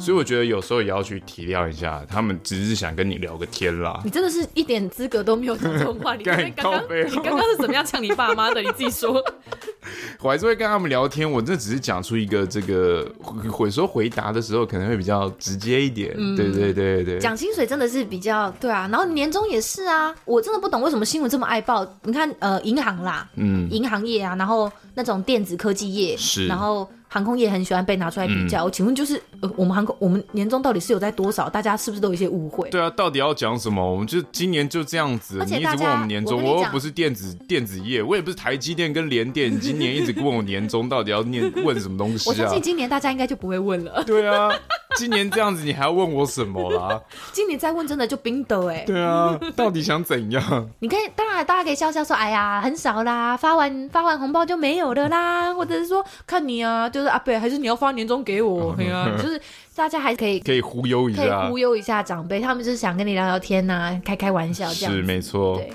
[SPEAKER 3] 所以我觉得有时候也要去体谅一下，他们只是想跟你聊个天啦
[SPEAKER 5] 你。真的是一点资格都没有讲这种话。你刚
[SPEAKER 3] 干
[SPEAKER 5] 刚刚
[SPEAKER 3] 靠背哦
[SPEAKER 5] 你刚刚是怎么样呛你爸妈的？你自己说。
[SPEAKER 3] 我还是会跟他们聊天，我这只是讲出一个这个，回说回答的时候可能会比较直接一点。对对对对，
[SPEAKER 4] 讲薪水真的是比较对啊。然后年终也是啊，我真的不懂为什么新闻这么爱报。你看，呃，银行啦，
[SPEAKER 3] 嗯，
[SPEAKER 4] 银行业啊，然后那种电子科技业，
[SPEAKER 3] 是嗯
[SPEAKER 4] 然后航空业很喜欢被拿出来比较。我请问，就是呃，我们航空我们年终到底是有在多少？大家是不是都有一些误会？
[SPEAKER 3] 对啊，到底要讲什么？我们就今年就这样子。
[SPEAKER 4] 而且
[SPEAKER 3] 你一
[SPEAKER 4] 大
[SPEAKER 3] 直
[SPEAKER 4] 家
[SPEAKER 3] 问我们年
[SPEAKER 4] 我
[SPEAKER 3] 终，
[SPEAKER 4] 跟你
[SPEAKER 3] 我又
[SPEAKER 4] 讲
[SPEAKER 3] 不是电子电子业，我也不是台积电跟联 电。你今年一直问我年终，到底要念问什么东
[SPEAKER 4] 我
[SPEAKER 3] 西
[SPEAKER 4] 相
[SPEAKER 3] 啊
[SPEAKER 4] 信？今年大家应该就不会问了。
[SPEAKER 3] 对啊，今年这样子，你还要问我什么啦？
[SPEAKER 4] 今年再问真的就冰斗哎、
[SPEAKER 3] 对啊，到底想怎样？
[SPEAKER 4] 你可以当然大家可以笑笑说，哎呀，很少啦，发完发完红包就没有了啦，或者是说看你啊，就是阿北还是你要发年终给
[SPEAKER 3] 哦
[SPEAKER 4] 我，哎呀，就是大家还可以
[SPEAKER 3] 可以忽悠一
[SPEAKER 4] 可以
[SPEAKER 3] 下
[SPEAKER 4] 忽，悠一下长辈，他们就是想跟你聊聊天呐、开开玩笑这样
[SPEAKER 3] 是
[SPEAKER 4] 子。
[SPEAKER 3] 没错
[SPEAKER 4] 对。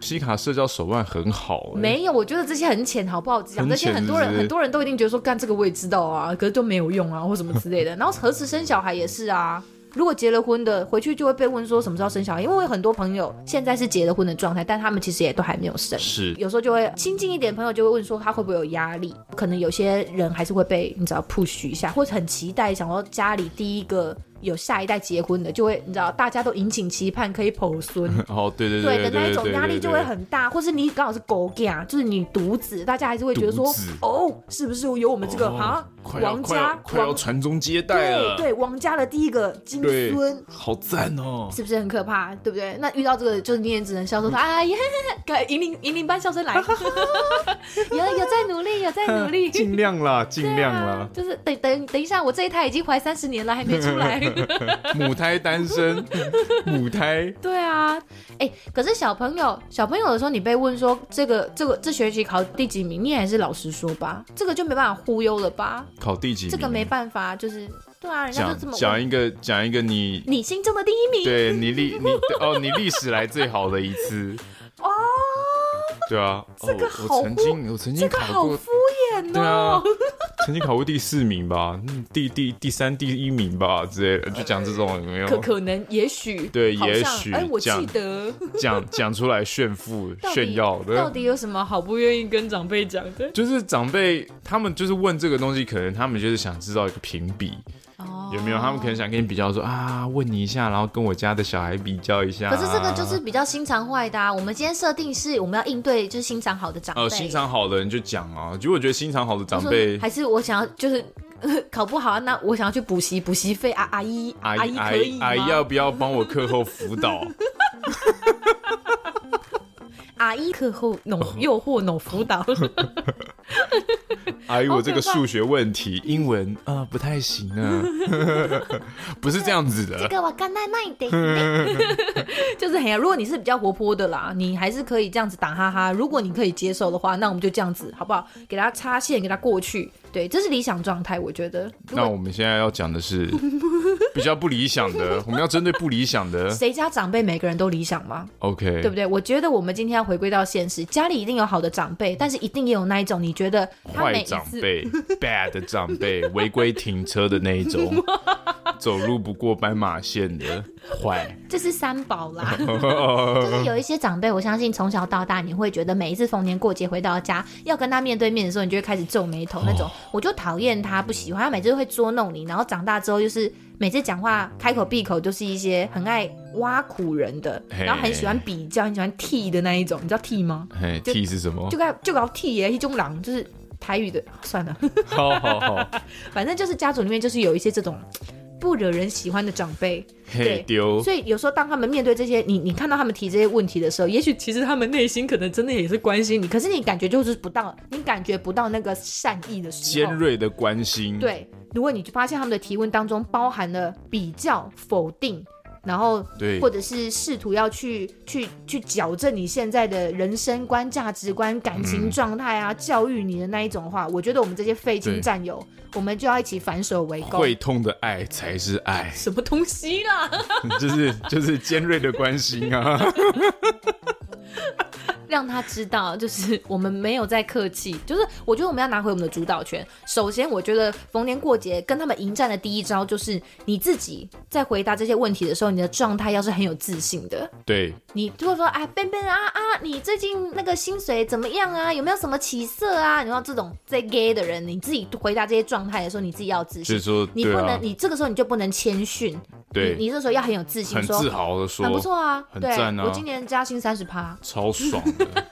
[SPEAKER 3] 西卡社交手腕很好、欸，
[SPEAKER 4] 没有，我觉得这些很浅，好不好？讲
[SPEAKER 3] 很
[SPEAKER 4] 这些
[SPEAKER 3] 浅
[SPEAKER 4] 很多人
[SPEAKER 3] 是不是
[SPEAKER 4] 很多人都一定觉得说干这个我也知道啊，可是就没有用啊，或什么之类的。然后何时生小孩也是啊。如果结了婚的，回去就会被问说什么时候生小孩，因为我有很多朋友现在是结了婚的状态，但他们其实也都还没有生。
[SPEAKER 3] 是
[SPEAKER 4] 有时候就会亲近一点的朋友就会问说他会不会有压力，可能有些人还是会被你知道 push 一下，或者很期待想要家里第一个有下一代结婚的，就会你知道大家都引颈期盼可以剖孙，
[SPEAKER 3] 哦，对对
[SPEAKER 4] 对
[SPEAKER 3] 对
[SPEAKER 4] 的那一种
[SPEAKER 3] 对
[SPEAKER 4] 压力
[SPEAKER 3] 对
[SPEAKER 4] 就
[SPEAKER 3] 对
[SPEAKER 4] 会很大，或是你刚好是狗干，就是你独子，大家还是会觉得说
[SPEAKER 3] 独子，
[SPEAKER 4] 哦，是不是有我们这个啊、
[SPEAKER 3] 哦快要
[SPEAKER 4] 王
[SPEAKER 3] 快要
[SPEAKER 4] 家
[SPEAKER 3] 快要
[SPEAKER 4] 王
[SPEAKER 3] 传宗接代
[SPEAKER 4] 对
[SPEAKER 3] 了，
[SPEAKER 4] 对王家的第一个金
[SPEAKER 3] 对
[SPEAKER 4] 孙。
[SPEAKER 3] 好赞哦、
[SPEAKER 4] 是不是很可怕，对不对？那遇到这个，就是你也只能笑
[SPEAKER 3] 嗯
[SPEAKER 4] 说说，哎呀，给引领引领班 笑声来，有有在努力，有在努力，
[SPEAKER 3] 尽量啦，尽量啦，
[SPEAKER 4] 就是等等等一下，我这一胎已经怀三十年了，还没出来。啊
[SPEAKER 3] 母胎单身， 母胎
[SPEAKER 4] 对啊，哎、可是小朋友，小朋友的时候，你被问说这个这个这学期考第几名，你也还是老实说吧，这个就没办法忽悠了吧，
[SPEAKER 3] 考第几名？
[SPEAKER 4] 这个没办法，就是对啊，人家就
[SPEAKER 3] 讲
[SPEAKER 4] 这么
[SPEAKER 3] 讲
[SPEAKER 4] 问
[SPEAKER 3] 一个讲一个 你，
[SPEAKER 4] 你心中的第一名
[SPEAKER 3] 对你历你哦你历史来最好的一次，
[SPEAKER 4] 哦，
[SPEAKER 3] 对啊，这
[SPEAKER 4] 个好
[SPEAKER 3] 我曾经我曾经
[SPEAKER 4] 这个
[SPEAKER 3] 考
[SPEAKER 4] 好
[SPEAKER 3] 过，
[SPEAKER 4] 敷衍
[SPEAKER 3] 对啊
[SPEAKER 4] 哦。，
[SPEAKER 3] 曾经考过第四名吧，嗯第第第三第一名吧之类的，就讲这种有没
[SPEAKER 4] 可
[SPEAKER 3] 有？
[SPEAKER 4] 可能，也许，
[SPEAKER 3] 对
[SPEAKER 4] 好
[SPEAKER 3] 也
[SPEAKER 4] 像
[SPEAKER 3] 许
[SPEAKER 4] 哎，我记
[SPEAKER 3] 这样
[SPEAKER 4] 得，
[SPEAKER 3] 讲讲出来炫富
[SPEAKER 4] 到底
[SPEAKER 3] 炫耀
[SPEAKER 4] 到
[SPEAKER 3] 的。
[SPEAKER 4] 底有什么好不愿意跟长辈 讲的？
[SPEAKER 3] 就是长辈他们就是问这个东西，可能他们就是想知道一个评比，
[SPEAKER 4] 哦
[SPEAKER 3] 有没有？他们可能想跟你比较说啊，问你一下，然后跟我家的小孩比较一下啊。
[SPEAKER 4] 可是这个就是比较心肠坏的啊！我们今天设定是我们要应对就是心肠好的长辈，
[SPEAKER 3] 呃，心肠好的人就讲啊，就我觉得心肠好的长
[SPEAKER 4] 说
[SPEAKER 3] 辈，
[SPEAKER 4] 还是我想要就是、 呃考不好啊，那我想要去补习，补习费啊，阿姨
[SPEAKER 3] 阿
[SPEAKER 4] 姨
[SPEAKER 3] 姨
[SPEAKER 4] 可以吗？
[SPEAKER 3] 阿姨要不要帮我课后辅导？
[SPEAKER 4] 阿伊克后农
[SPEAKER 3] 哦
[SPEAKER 4] 诱惑农 辅导，
[SPEAKER 3] 哎呦，我这个数学问题，英文啊、呃不太行 啊，不是这样子的。
[SPEAKER 2] 个我干奶奶的。
[SPEAKER 4] 就是很呀。如果你是比较活泼的啦，你还是可以这样子打哈哈。如果你可以接受的话，那我们就这样子好不好？给他插线，给他过去，对，这是理想状态，我觉得。
[SPEAKER 3] 那我们现在要讲的 是比较不理想的，我们要针对不理想的。
[SPEAKER 4] 谁家长辈每个人都理想吗？
[SPEAKER 3] OK，
[SPEAKER 4] 对不对？我觉得我们今天要回归到现实，家里一定有好的长辈，但是一定也有那一种你觉得他每
[SPEAKER 3] 坏
[SPEAKER 4] 一
[SPEAKER 3] 长
[SPEAKER 4] 次
[SPEAKER 3] 辈、bad 的长辈、 违规停车的那一种，走路不过斑马线的 坏。
[SPEAKER 4] 这是三宝啦，
[SPEAKER 3] 嗯
[SPEAKER 2] 就是有一些长辈，我相信从小到大，你会觉得每一次逢年过节回到家，要跟他面对面的时候，你就会开始皱眉头那种。我就讨厌他，不喜欢他，每次都会捉弄你，然后长大之后就是每次讲话开口闭口就是一些很爱挖苦人的，
[SPEAKER 3] 嘿
[SPEAKER 4] 然后很喜欢比较，很喜欢 T 的那一种，你知道 T 吗？
[SPEAKER 3] 嘿，T 是什么
[SPEAKER 4] 就？搞就搞 T 耶，一种狼就是台语的，算 了，
[SPEAKER 3] 好好好，
[SPEAKER 4] 反正就是家族里面就是有一些这种不惹人喜欢的长辈，
[SPEAKER 3] 嘿丢。
[SPEAKER 4] 所以哦有时候当他们面对这些，你你看到他们提这些问题的时候，也许其实他们内心可能真的也是关心你，可是你感觉就是不到，你感觉不到那个善意的时
[SPEAKER 3] 尖
[SPEAKER 4] 候。
[SPEAKER 3] 锐的关心，，
[SPEAKER 4] 对，如果你就发现他们的提问当中包含了比较、否定，然后
[SPEAKER 3] 对
[SPEAKER 4] 或者是试图要去去去矫正你现在的人生观、价值观、感情状态啊，教育你的那一种话，我觉得我们这些废
[SPEAKER 3] 嗯对
[SPEAKER 4] 青战友，我们就要一起反手围攻。
[SPEAKER 3] 会痛的爱才是爱，
[SPEAKER 4] 什么东西啦？
[SPEAKER 3] 就是就是尖锐的关心 啊。
[SPEAKER 4] 让他知道，就是我们没有在客气，就是我觉得我们要拿回我们的主导权。首先，我觉得逢年过节跟他们迎战的第一招就是你自己在回答这些问题的时候，你的状态要是很有自信的。
[SPEAKER 3] 对，
[SPEAKER 4] 你如果说哎，笨笨啊啊，你最近那个薪水怎么样啊？有没有什么起色啊？你知道这种在 gay 的人，你自己回答这些状态的时候，你自己要有自
[SPEAKER 3] 就
[SPEAKER 4] 信
[SPEAKER 3] 是。说，
[SPEAKER 4] 你不
[SPEAKER 3] 对
[SPEAKER 4] 能，
[SPEAKER 3] 啊，
[SPEAKER 4] 你这个时候你就不能谦逊，
[SPEAKER 3] 对，
[SPEAKER 4] 你你这时候要很有自信
[SPEAKER 3] 很
[SPEAKER 4] 说，
[SPEAKER 3] 自豪的
[SPEAKER 4] 很不
[SPEAKER 3] 说，
[SPEAKER 4] 错啊，
[SPEAKER 3] 很
[SPEAKER 4] 对
[SPEAKER 3] 赞啊
[SPEAKER 4] 我今年加薪三十趴，
[SPEAKER 3] 超爽 的，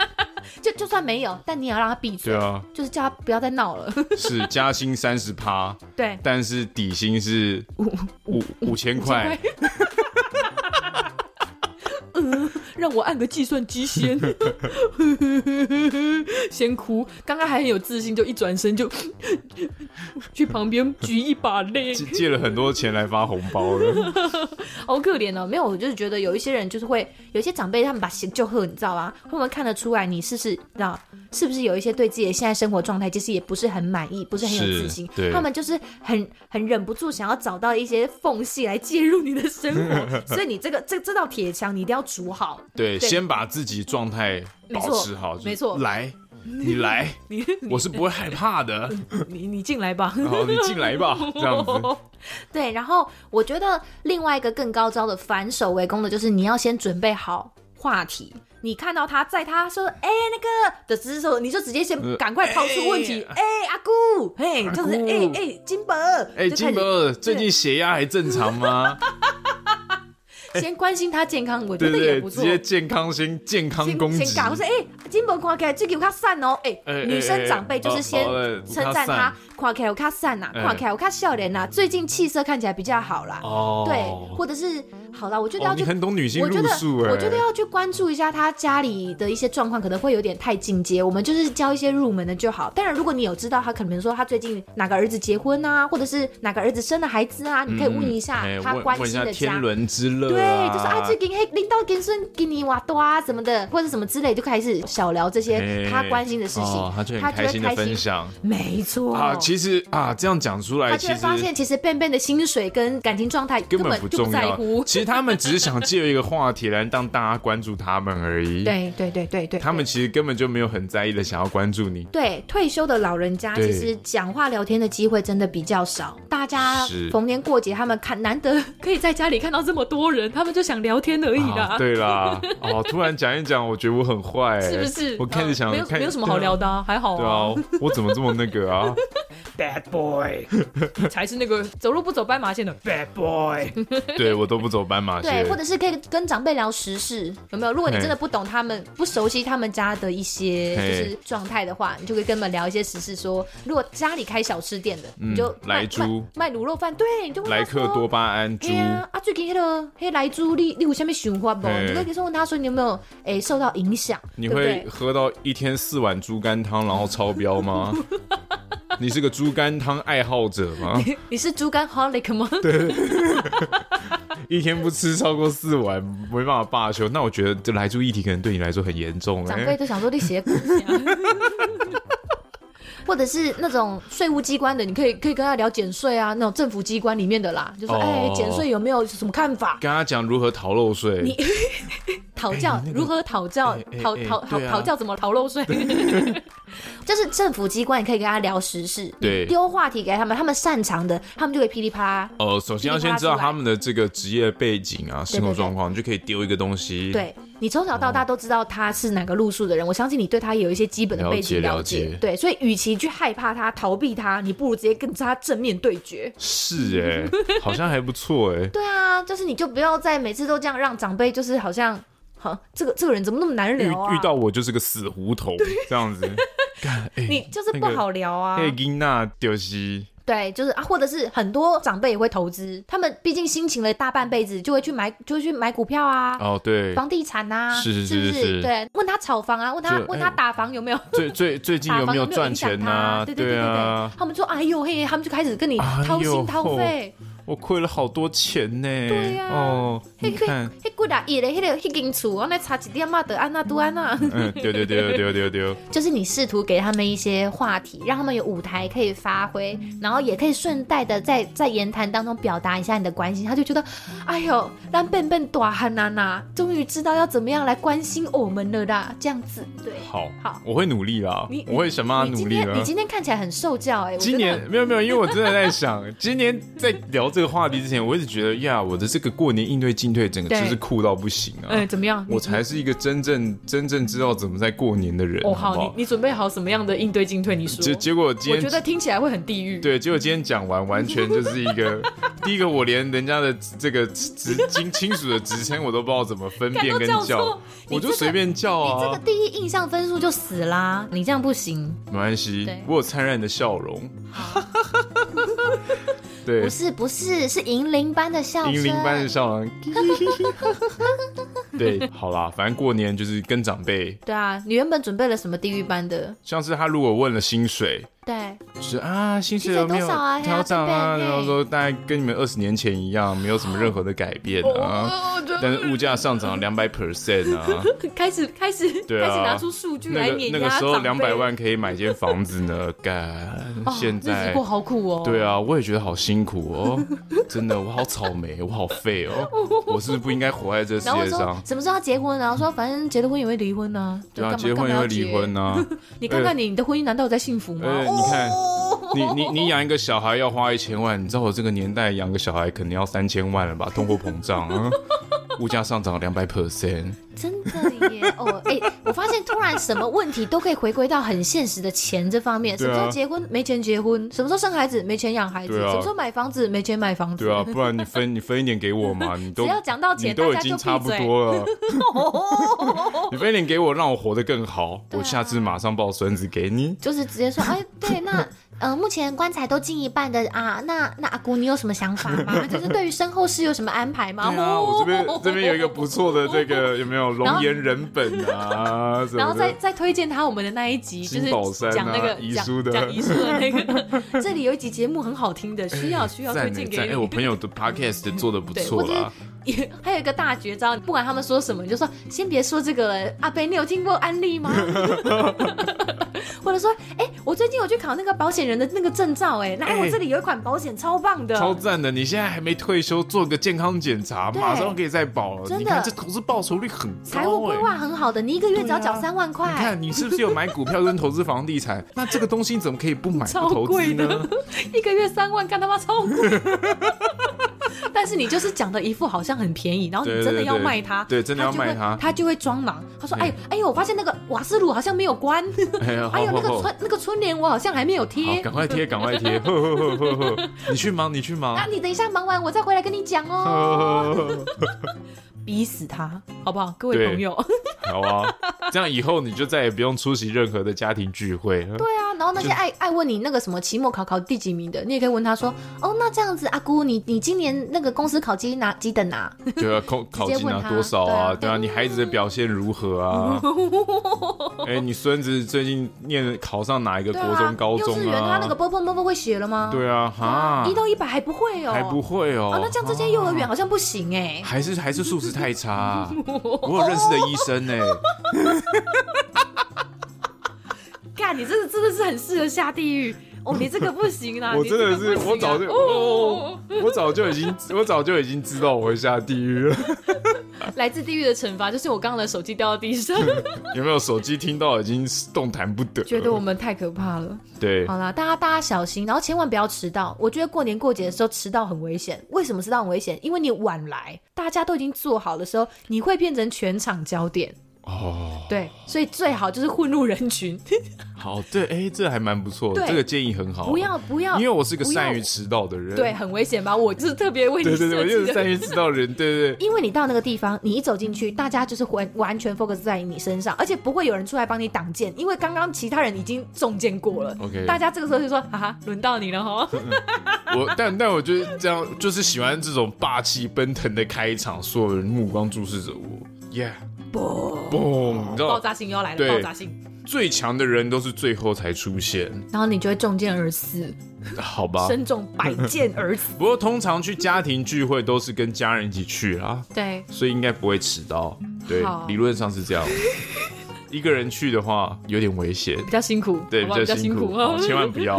[SPEAKER 4] 就就算没有，但你也要让他闭嘴，
[SPEAKER 3] 对啊，
[SPEAKER 4] 就是叫他不要再闹了。
[SPEAKER 3] 是加薪三十趴，
[SPEAKER 4] 对，
[SPEAKER 3] 但是底薪是五五五千块，
[SPEAKER 4] 让我按个计算 机先，先哭。刚刚还很有自信，就一转身就去旁边举一把泪
[SPEAKER 3] 借借了很多钱来发红包了，
[SPEAKER 4] 好可怜哦。没有，我就是觉得有一些人就是会，有一些长辈他们把鞋就喝，你知道吗？会不会看得出来你是不是，你知道是不是有一些对自己的现在生活状态其实也不是很满意，不是很有
[SPEAKER 3] 是
[SPEAKER 4] 自信？
[SPEAKER 3] 对
[SPEAKER 4] 他们就是很很忍不住想要找到一些缝隙来介入你的生活， 所以你这个这这道铁墙你一定要筑好。
[SPEAKER 3] 对，
[SPEAKER 4] 对
[SPEAKER 3] 先把自己状态保持好，就是
[SPEAKER 4] 没错
[SPEAKER 3] 来， 你来，
[SPEAKER 4] 你
[SPEAKER 3] 我是不会害怕的，
[SPEAKER 4] 你你进来吧。
[SPEAKER 3] 好，你进来 吧，这样子，
[SPEAKER 4] 哦对，然后我觉得另外一个更高招的反手围攻的就是你要先准备好话题。你看到他在他说“哎、那个”的时候，你就直接先
[SPEAKER 3] 呃
[SPEAKER 4] 赶快抛出问题。哎、阿姑，嘿，就是
[SPEAKER 3] 姑
[SPEAKER 4] 哎哎、金伯，
[SPEAKER 3] 哎，
[SPEAKER 4] 就开
[SPEAKER 3] 金
[SPEAKER 4] 始
[SPEAKER 3] 伯最近血压还正常 吗？
[SPEAKER 4] 先关心他健康，我觉
[SPEAKER 3] 哎对
[SPEAKER 4] 得也
[SPEAKER 3] 对
[SPEAKER 4] 不
[SPEAKER 3] 对，
[SPEAKER 4] 错。
[SPEAKER 3] 直接健康先健康
[SPEAKER 4] 先
[SPEAKER 3] 攻击
[SPEAKER 4] 先，搞，我说哎、金伯看起来最近有较瘦哦，哎、
[SPEAKER 3] 哎哎
[SPEAKER 4] 女生
[SPEAKER 3] 哎
[SPEAKER 4] 长辈就是
[SPEAKER 3] 哦
[SPEAKER 4] 先
[SPEAKER 3] 哦哎有较
[SPEAKER 4] 称赞他，
[SPEAKER 3] 瘦
[SPEAKER 4] 看起来有较瘦呐，
[SPEAKER 3] 哎
[SPEAKER 4] 看起来有较笑脸呐，最近气色看起来比较好啦。
[SPEAKER 3] 哦，
[SPEAKER 4] 对，或者是好啦，我觉得
[SPEAKER 3] 哦
[SPEAKER 4] 要，去
[SPEAKER 3] 你很懂女性
[SPEAKER 4] 我觉
[SPEAKER 3] 路
[SPEAKER 4] 得
[SPEAKER 3] 数，哎，
[SPEAKER 4] 我觉得要去关注一下他家里的一些状况，可能会有点太进阶。我们就是教一些入门的就好。当然，如果你有知道他，可能说他最近哪个儿子结婚啊，或者是哪个儿子生了孩子啊，你可以问一下
[SPEAKER 3] 哎
[SPEAKER 4] 他
[SPEAKER 3] 问
[SPEAKER 4] 关
[SPEAKER 3] 问一
[SPEAKER 4] 心
[SPEAKER 3] 下
[SPEAKER 4] 的
[SPEAKER 3] 天
[SPEAKER 4] 家。
[SPEAKER 3] 伦之乐、
[SPEAKER 4] 对，
[SPEAKER 3] 啊，
[SPEAKER 4] 就是啊，最近嘿，领导给孙给你哇多啊什么的，或者什么之类，就开始小聊这些
[SPEAKER 3] 哎
[SPEAKER 4] 他关心的事情，
[SPEAKER 3] 哦、他就很
[SPEAKER 4] 他就
[SPEAKER 3] 开
[SPEAKER 4] 会
[SPEAKER 3] 心的
[SPEAKER 4] 开
[SPEAKER 3] 分
[SPEAKER 4] 心。
[SPEAKER 3] 享
[SPEAKER 4] 没错
[SPEAKER 3] 啊。其实啊，这样讲出来，
[SPEAKER 4] 他就
[SPEAKER 3] 其
[SPEAKER 4] 会
[SPEAKER 3] 实
[SPEAKER 4] 发现，其实便便的薪水跟感情状态
[SPEAKER 3] 根
[SPEAKER 4] 本
[SPEAKER 3] 不
[SPEAKER 4] 就
[SPEAKER 3] 重
[SPEAKER 4] 在
[SPEAKER 3] 要
[SPEAKER 4] 乎。。
[SPEAKER 3] 其实他们只是想借由一个话题来让大家关注他们而已。，
[SPEAKER 4] 对对对对对，
[SPEAKER 3] 他们其实根本就没有很在意的想要关注你。
[SPEAKER 4] 对，退休的老人家
[SPEAKER 3] 对
[SPEAKER 4] 其实讲话聊天的机会真的比较少，大家
[SPEAKER 3] 是
[SPEAKER 4] 逢年过节他们看难 得可以在家里看到这么多人，他们就想聊天而已啦。
[SPEAKER 3] 啊对啦，哦，突然讲一讲，我觉得我很坏、欸，
[SPEAKER 4] 是不是？哦
[SPEAKER 3] 我开始想，
[SPEAKER 4] 没有
[SPEAKER 3] 看
[SPEAKER 4] 没有什么好聊。的、啊，还好
[SPEAKER 3] 对
[SPEAKER 4] 啊。
[SPEAKER 3] 啊，对啊我怎么这么那个啊？
[SPEAKER 6] bad boy，
[SPEAKER 3] 啊
[SPEAKER 4] 才是那个走路不走斑马线的。
[SPEAKER 6] bad boy。
[SPEAKER 3] 对我都不走斑马线
[SPEAKER 4] 对，，或者是可以跟长辈聊时事，有没有？如果你真的不懂他们，不熟悉他们家的一些
[SPEAKER 3] 嘿
[SPEAKER 4] 就是状态的话，你就可以跟他们聊一些时事说如果家里开小吃店的，
[SPEAKER 3] 嗯
[SPEAKER 4] 你就卖
[SPEAKER 3] 莱猪
[SPEAKER 4] 卖卖卤肉饭，对，你就问他
[SPEAKER 3] 莱克
[SPEAKER 4] 说
[SPEAKER 3] 多。巴胺猪
[SPEAKER 4] 哎，呀，啊，最近那个黑莱猪，你你有下面循环不？
[SPEAKER 3] 嘿
[SPEAKER 4] 你就可以问他说你有没有诶、受到影响，
[SPEAKER 3] 你
[SPEAKER 4] 对不
[SPEAKER 3] 会
[SPEAKER 4] 对？
[SPEAKER 3] 喝到一天四碗猪肝汤然后超标 吗？你是个猪肝汤爱好者吗？
[SPEAKER 4] 你是猪肝 holic 吗？
[SPEAKER 3] 一天不吃超过四碗，没办法罢休。那我觉得这来猪议题可能对你来说很严重、
[SPEAKER 4] 长
[SPEAKER 3] 哎
[SPEAKER 4] 辈都想说你写股 或者是那种税务机关的，你可以可以跟他聊减税啊，那种政府机关里面的啦，就说
[SPEAKER 3] 哦
[SPEAKER 4] 哎，减税有没有什么看法？
[SPEAKER 3] 跟他讲如何逃漏税，
[SPEAKER 4] 讨教如何讨教
[SPEAKER 3] 哎哎
[SPEAKER 4] 讨
[SPEAKER 3] 哎
[SPEAKER 4] 讨讨
[SPEAKER 3] 对啊
[SPEAKER 4] 讨教怎么逃 漏税？
[SPEAKER 2] 就是政府机关，你可以跟他聊时事，
[SPEAKER 3] 对
[SPEAKER 4] 丢话题给他们，他们擅长的，他们就可以噼里啪啦。
[SPEAKER 3] 呃，首先要先知道他们的这个职业背景啊、生活
[SPEAKER 4] 对
[SPEAKER 3] 状况，你就可以丢一个东西。，
[SPEAKER 4] 对你从小到
[SPEAKER 3] 哦
[SPEAKER 4] 大都知道他是哪个路数的人，我相信你对他也有一些基本的背景
[SPEAKER 3] 了
[SPEAKER 4] 了
[SPEAKER 3] 解
[SPEAKER 4] 解。
[SPEAKER 3] 了解
[SPEAKER 4] 对，所以与其去害怕他、逃避他，你不如直接跟他正面对决。
[SPEAKER 3] 是哎、 好像还不错哎、
[SPEAKER 4] 对啊，就是你就不要再每次都这样让长辈，就是好像，哈，这个这个人怎么那么难聊啊？
[SPEAKER 3] 遇遇到我就是个死胡同这样 子，干哎
[SPEAKER 4] 你就是不好聊啊。
[SPEAKER 3] 嘿，金娜丢西，
[SPEAKER 4] 对，就是啊，或者是很多长辈也会投资，他们毕竟辛勤了大半辈子，就会去买，就会去买股票啊。
[SPEAKER 3] 哦对，
[SPEAKER 4] 房地产啊，
[SPEAKER 3] 是是
[SPEAKER 4] 是
[SPEAKER 3] 是
[SPEAKER 4] 不
[SPEAKER 3] 是是
[SPEAKER 4] 对，问他炒房啊，问他
[SPEAKER 3] 就
[SPEAKER 4] 问他
[SPEAKER 3] 哎
[SPEAKER 4] 打房 有没有，
[SPEAKER 3] 最最最近
[SPEAKER 4] 打
[SPEAKER 3] 有
[SPEAKER 4] 房
[SPEAKER 3] 没
[SPEAKER 4] 有
[SPEAKER 3] 有
[SPEAKER 4] 没
[SPEAKER 3] 赚
[SPEAKER 4] 影响
[SPEAKER 3] 钱
[SPEAKER 4] 他
[SPEAKER 3] 呐、
[SPEAKER 4] 对对对
[SPEAKER 3] 对
[SPEAKER 4] 对
[SPEAKER 3] 啊
[SPEAKER 4] 对，，他们说哎呦嘿，他们就开始跟你
[SPEAKER 3] 哎呦
[SPEAKER 4] 掏心掏肺，
[SPEAKER 3] 我亏了好多钱呢、
[SPEAKER 4] 对啊
[SPEAKER 3] 哦，
[SPEAKER 4] 嘿
[SPEAKER 3] 你看，
[SPEAKER 4] 嘿过来一嘞，嘿嘞，嘿间厝，我来差一点嘛，啊得安娜都安 娜。
[SPEAKER 3] 嗯，丢丢丢丢丢丢，
[SPEAKER 2] 就是你试图给他们一些话题，让他们有舞台可以发挥，然后也可以顺带的在在言谈当中表达一下你的关心，他就觉得
[SPEAKER 4] 哎呦，让笨笨短汉娜娜啊终于知道要怎么样来关心我们了啦，这样子对。
[SPEAKER 3] 好，
[SPEAKER 4] 好
[SPEAKER 3] 我会努力啦
[SPEAKER 4] 你，
[SPEAKER 3] 我会想办法
[SPEAKER 4] 你
[SPEAKER 3] 努
[SPEAKER 4] 今
[SPEAKER 3] 力
[SPEAKER 4] 天
[SPEAKER 3] 的
[SPEAKER 4] 你。今天看起来很受教哎、我
[SPEAKER 3] 今
[SPEAKER 4] 觉得
[SPEAKER 3] 年没有没有，因为我真的在 想，今年在聊这个话题之前，我一直觉得呀，我的这个过年应对进退，整个真
[SPEAKER 4] 对
[SPEAKER 3] 是酷到不行啊！
[SPEAKER 4] 哎、怎么样？
[SPEAKER 3] 我才是一个真正真正知道怎么在过年的人，
[SPEAKER 4] 哦
[SPEAKER 3] 好
[SPEAKER 4] 好，
[SPEAKER 3] 不
[SPEAKER 4] 你
[SPEAKER 3] 好？
[SPEAKER 4] 你准备好什么样的应对进退？你说，
[SPEAKER 3] 结结果今
[SPEAKER 4] 我
[SPEAKER 3] 天
[SPEAKER 4] 觉得听起来会很地狱。
[SPEAKER 3] 对，结果今天讲完，完全就是一 个第一个，我连人家的这个职亲亲属的职称我都不知道怎么分辨跟
[SPEAKER 4] 干都叫
[SPEAKER 3] 叫
[SPEAKER 4] 错，
[SPEAKER 3] 我就随便叫啊，
[SPEAKER 2] 这个第一印象分数就死啦，你这样不行。
[SPEAKER 3] 没关系，我有灿烂的笑 容。对
[SPEAKER 2] 不，是不是，是银铃般的笑声，
[SPEAKER 3] 银铃般的笑容。 对，好啦，反正过年就是跟长辈，
[SPEAKER 4] 对啊，你原本准备了什么地狱般的？
[SPEAKER 3] 像是他如果问了薪水，
[SPEAKER 2] 对，
[SPEAKER 3] 就是啊，薪水有没有
[SPEAKER 2] 薪水多少啊嘿啊
[SPEAKER 3] 调涨啊？
[SPEAKER 2] 贝贝嘿
[SPEAKER 3] 然后说大概跟你们二十年前一样，没有什么任何的改变
[SPEAKER 4] 哦
[SPEAKER 3] 啊。但是物价上涨两百 percent 啊，
[SPEAKER 4] 开始开始、
[SPEAKER 3] 对
[SPEAKER 4] 开
[SPEAKER 3] 啊
[SPEAKER 4] 始拿出数据来
[SPEAKER 3] 那个
[SPEAKER 4] 碾
[SPEAKER 3] 那
[SPEAKER 4] 压
[SPEAKER 3] 个时候
[SPEAKER 4] 长辈
[SPEAKER 3] 两百，万可以买间房子呢，干
[SPEAKER 4] 哦、
[SPEAKER 3] 现
[SPEAKER 4] 日
[SPEAKER 3] 在
[SPEAKER 4] 子过好苦哦。
[SPEAKER 3] 对啊，我也觉得好辛苦 哦，真的，我好草莓，我好废哦，我是不是不应该活在这世
[SPEAKER 4] 然后 我
[SPEAKER 3] 界
[SPEAKER 4] 说
[SPEAKER 3] 上？
[SPEAKER 4] 什么时候要结婚啊？然后说反正结了婚也会离婚啊，
[SPEAKER 3] 对啊，
[SPEAKER 4] 就干嘛
[SPEAKER 3] 结婚也会
[SPEAKER 4] 干嘛要
[SPEAKER 3] 离
[SPEAKER 4] 结
[SPEAKER 3] 婚啊。
[SPEAKER 4] 你看看你，你的婚姻难道有在幸福吗？
[SPEAKER 3] 呃，
[SPEAKER 5] 哦
[SPEAKER 3] 你看，
[SPEAKER 4] 哦
[SPEAKER 3] 你你你养一个小孩要花一千万，你知道我这个年代养个小孩可能要三千万了吧？通货膨胀 啊，物价上涨两百 percent，
[SPEAKER 2] 真的耶！哦，哎、我发现突然什么问题都可以回归到很现实的钱这方面，
[SPEAKER 4] 什
[SPEAKER 3] 对
[SPEAKER 4] 么时
[SPEAKER 3] 啊
[SPEAKER 4] 候结婚没钱结婚，什么时候生孩子没钱养孩子，
[SPEAKER 3] 对啊
[SPEAKER 4] 什么时候买房子没钱买房子。
[SPEAKER 3] 对啊，不然你分你分一点给我嘛，你都
[SPEAKER 4] 只要讲到
[SPEAKER 3] 你
[SPEAKER 4] 钱，大
[SPEAKER 3] 都已
[SPEAKER 4] 家就
[SPEAKER 3] 经差
[SPEAKER 4] 闭
[SPEAKER 3] 不
[SPEAKER 4] 嘴。
[SPEAKER 3] 多 了， 你分一点给我，让我活得更好，
[SPEAKER 4] 啊
[SPEAKER 3] 我下次马上抱孙子给你。
[SPEAKER 2] 就是直接说， 哎、对，那呃，目前棺材都进一半的啊，那那阿姑，你有什么想法吗？就是对于身后事有什么安排吗？
[SPEAKER 3] 对啊，
[SPEAKER 4] 哦
[SPEAKER 3] 我这边这边有一个不错的这个有没有龙岩人本啊？什么的
[SPEAKER 4] 然后再再推荐他我们的那一集，就
[SPEAKER 3] 新宝山
[SPEAKER 4] 是
[SPEAKER 3] 啊
[SPEAKER 4] 讲那个
[SPEAKER 3] 遗
[SPEAKER 4] 讲
[SPEAKER 3] 书的
[SPEAKER 4] 讲遗书的那个。 这里有一集节目很好听的，需要需要推
[SPEAKER 3] 赞呢
[SPEAKER 4] 荐
[SPEAKER 3] 赞！哎、
[SPEAKER 4] 给
[SPEAKER 3] 我
[SPEAKER 4] 你。
[SPEAKER 3] 朋友的 podcast 做的不
[SPEAKER 4] 对，
[SPEAKER 3] 错
[SPEAKER 4] 或者
[SPEAKER 3] 啦。
[SPEAKER 4] 是还有一个大绝招，不管他们说什么，你就说先别说这个了。阿贝，你有听过安利吗？ 或者说，哎、我最近有去考那个保险人的那个证照、哎，那、哎我这里有一款保险超棒的，
[SPEAKER 3] 超赞的！你现在还没退休，做个健康检查，马上可以再保了。
[SPEAKER 4] 真
[SPEAKER 3] 你
[SPEAKER 4] 的
[SPEAKER 3] 看这投资报酬率很高、哎。
[SPEAKER 4] 财务规划很好的，你一个月只要
[SPEAKER 3] 对啊
[SPEAKER 4] 缴三万块，
[SPEAKER 3] 你看你是不是有买股票跟投资房地 产？那这个东西你怎么可以不买不
[SPEAKER 4] 超
[SPEAKER 3] 投资
[SPEAKER 4] 贵
[SPEAKER 3] 呢
[SPEAKER 4] 的？一个月三万，干他妈超贵！但是你就是讲的一副好像很便宜，然后你
[SPEAKER 3] 对
[SPEAKER 4] 真的
[SPEAKER 3] 对
[SPEAKER 4] 要
[SPEAKER 3] 对
[SPEAKER 4] 卖它，
[SPEAKER 3] 对真的要卖它
[SPEAKER 4] 他就会他就会装忙。他说：“哎呦，哎呦，我发现那个瓦斯炉好像没有关，
[SPEAKER 3] 哎呀，好
[SPEAKER 4] 还有那
[SPEAKER 3] 好
[SPEAKER 4] 个
[SPEAKER 3] 好
[SPEAKER 4] 春那个春联我好像还没有
[SPEAKER 3] 好，
[SPEAKER 4] 贴。
[SPEAKER 3] 赶快贴，赶快 贴，呵呵呵呵呵，你去忙，你去忙
[SPEAKER 4] 啊，，你等一下忙完我再回来跟你讲
[SPEAKER 3] 呵
[SPEAKER 4] 哦。
[SPEAKER 3] 呵呵呵”
[SPEAKER 4] 逼死他，好不好？各
[SPEAKER 3] 对
[SPEAKER 4] 位朋友，
[SPEAKER 3] 好啊，这样以后你就再也不用出席任何的家庭聚 会呃了。
[SPEAKER 4] 对啊，然后那些爱爱问你那个什么期末考考第几名的，你也可以问他说：“哦，那这样子，阿姑，你你今年那个公司考绩拿几等啊
[SPEAKER 3] 对啊，考考
[SPEAKER 4] 接
[SPEAKER 3] 级
[SPEAKER 4] 问
[SPEAKER 3] 拿
[SPEAKER 4] 他
[SPEAKER 3] 多少啊？
[SPEAKER 4] 对
[SPEAKER 3] 对啊，你孩子的表现如何 啊？哎，你孙子最近念考上哪一？”个
[SPEAKER 4] 对
[SPEAKER 3] 国
[SPEAKER 4] 啊，
[SPEAKER 3] 中、高
[SPEAKER 4] 幼稚
[SPEAKER 3] 中
[SPEAKER 4] 园他那
[SPEAKER 3] 啊？
[SPEAKER 4] 个波波波波会写了吗？
[SPEAKER 3] 对啊，哈
[SPEAKER 4] 一，到一百还不会哦，
[SPEAKER 3] 还不会哦
[SPEAKER 4] 啊，。那这样这间幼儿园好像不行哎、
[SPEAKER 3] 还是还是素质太差 啊、我有认识的医生欸呢、
[SPEAKER 4] 看你这个真的是很适合下地狱哦，你这个不行 啦，
[SPEAKER 3] 我
[SPEAKER 4] 你
[SPEAKER 3] 真
[SPEAKER 4] 这
[SPEAKER 3] 的
[SPEAKER 4] 个
[SPEAKER 3] 是，
[SPEAKER 4] 不行啊
[SPEAKER 3] 我早 就，哦，我早就已经，我早就已经知道我会下地狱了。
[SPEAKER 4] 来自地狱的惩罚，就是我刚刚的手机掉到地上，
[SPEAKER 3] 有没有手机听到已经动弹不得？
[SPEAKER 4] 觉得我啊们太可怕了。
[SPEAKER 3] 对
[SPEAKER 4] 好啦，大家大家小心，然后千万不要迟到。我觉得过年过节的时候迟到很危险。为什么迟到很危险？因为你晚来，大家都已经做好的时候，你会变成全场焦点。
[SPEAKER 3] 哦，
[SPEAKER 4] 对，所以最好就是混入人群，
[SPEAKER 3] 好，对，哎、这还蛮不错，
[SPEAKER 4] 对
[SPEAKER 3] 这个建议很好。
[SPEAKER 4] 不要不要，
[SPEAKER 3] 因为我是个
[SPEAKER 4] 不要
[SPEAKER 3] 善于迟到的人。
[SPEAKER 4] 对，很危险吧？我就是特别为你
[SPEAKER 3] 对
[SPEAKER 4] 设计
[SPEAKER 3] 对
[SPEAKER 4] 的。
[SPEAKER 3] 对，我就是善于迟到的人。对对对，
[SPEAKER 4] 因为你到那个地方，你一走进去，大家就是完完全 focus 在你身上，而且不会有人出来帮你挡箭，因为刚刚其他人已经中箭过了。
[SPEAKER 3] 嗯 OK
[SPEAKER 4] 大家这个时候就说：“哈哈，轮到你了哦 哈。
[SPEAKER 3] 我但但我觉得这样就是喜欢这种霸气奔腾的开场，所有人目光注视着我，Yeah，嘣嘣，你知”
[SPEAKER 4] 爆
[SPEAKER 3] 道
[SPEAKER 4] 炸性又要来了，
[SPEAKER 3] 对
[SPEAKER 4] 爆炸性，
[SPEAKER 3] 最强的人都是最后才出现，
[SPEAKER 4] 然后你就会中箭而死，
[SPEAKER 3] 好吧？
[SPEAKER 4] 身中百箭而死。
[SPEAKER 3] 不过通常去家庭聚会都是跟家人一起去啦，
[SPEAKER 4] 对，
[SPEAKER 3] 所以应该不会迟到。对
[SPEAKER 4] 好，
[SPEAKER 3] 理论上是 这样。一个人去的话有点危险，
[SPEAKER 4] 比较辛苦，
[SPEAKER 3] 对，
[SPEAKER 4] 好不好？
[SPEAKER 3] 比
[SPEAKER 4] 比
[SPEAKER 3] 较
[SPEAKER 4] 较
[SPEAKER 3] 辛
[SPEAKER 4] 辛
[SPEAKER 3] 苦，
[SPEAKER 4] 苦
[SPEAKER 3] 好
[SPEAKER 4] 哦。
[SPEAKER 3] 千万不 要。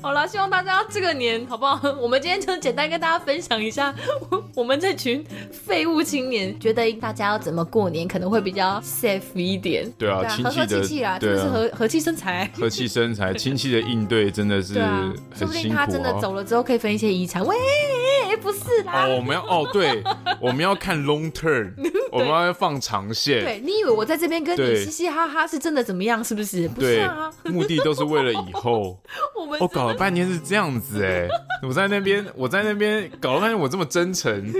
[SPEAKER 4] 好啦，希望大家这个年好不 好？我们今天就简单跟大家分享一下， 我我们这群废物青年觉得大家要怎么过年可能会比较 safe 一点。
[SPEAKER 3] 对啊，
[SPEAKER 4] 对啊，
[SPEAKER 3] 亲
[SPEAKER 4] 和
[SPEAKER 3] 戚
[SPEAKER 4] 和气
[SPEAKER 3] 的
[SPEAKER 4] 气啦，真
[SPEAKER 3] 对
[SPEAKER 4] 的是
[SPEAKER 3] 啊，
[SPEAKER 4] 和和气生财。
[SPEAKER 3] 和气生 财，亲戚的应对真的是
[SPEAKER 4] 对啊，说
[SPEAKER 3] 很
[SPEAKER 4] 不定
[SPEAKER 3] 辛
[SPEAKER 4] 他
[SPEAKER 3] 苦
[SPEAKER 4] 真的
[SPEAKER 3] 哦。
[SPEAKER 4] 走了之后可以分一些遗产。喂，哎不是啦，
[SPEAKER 3] 哦，我们要哦，对，我们要看 long term，我们要放长线，
[SPEAKER 4] 对你以为我在这边跟你
[SPEAKER 3] 对
[SPEAKER 4] 嘻嘻哈哈是真的怎么样？是不是？不是
[SPEAKER 3] 对
[SPEAKER 4] 啊，，
[SPEAKER 3] 目的都是为了以后。
[SPEAKER 4] 我们
[SPEAKER 3] 我搞了半天是这样子哎、我在那边，我在那边搞了半天，我这么真 诚，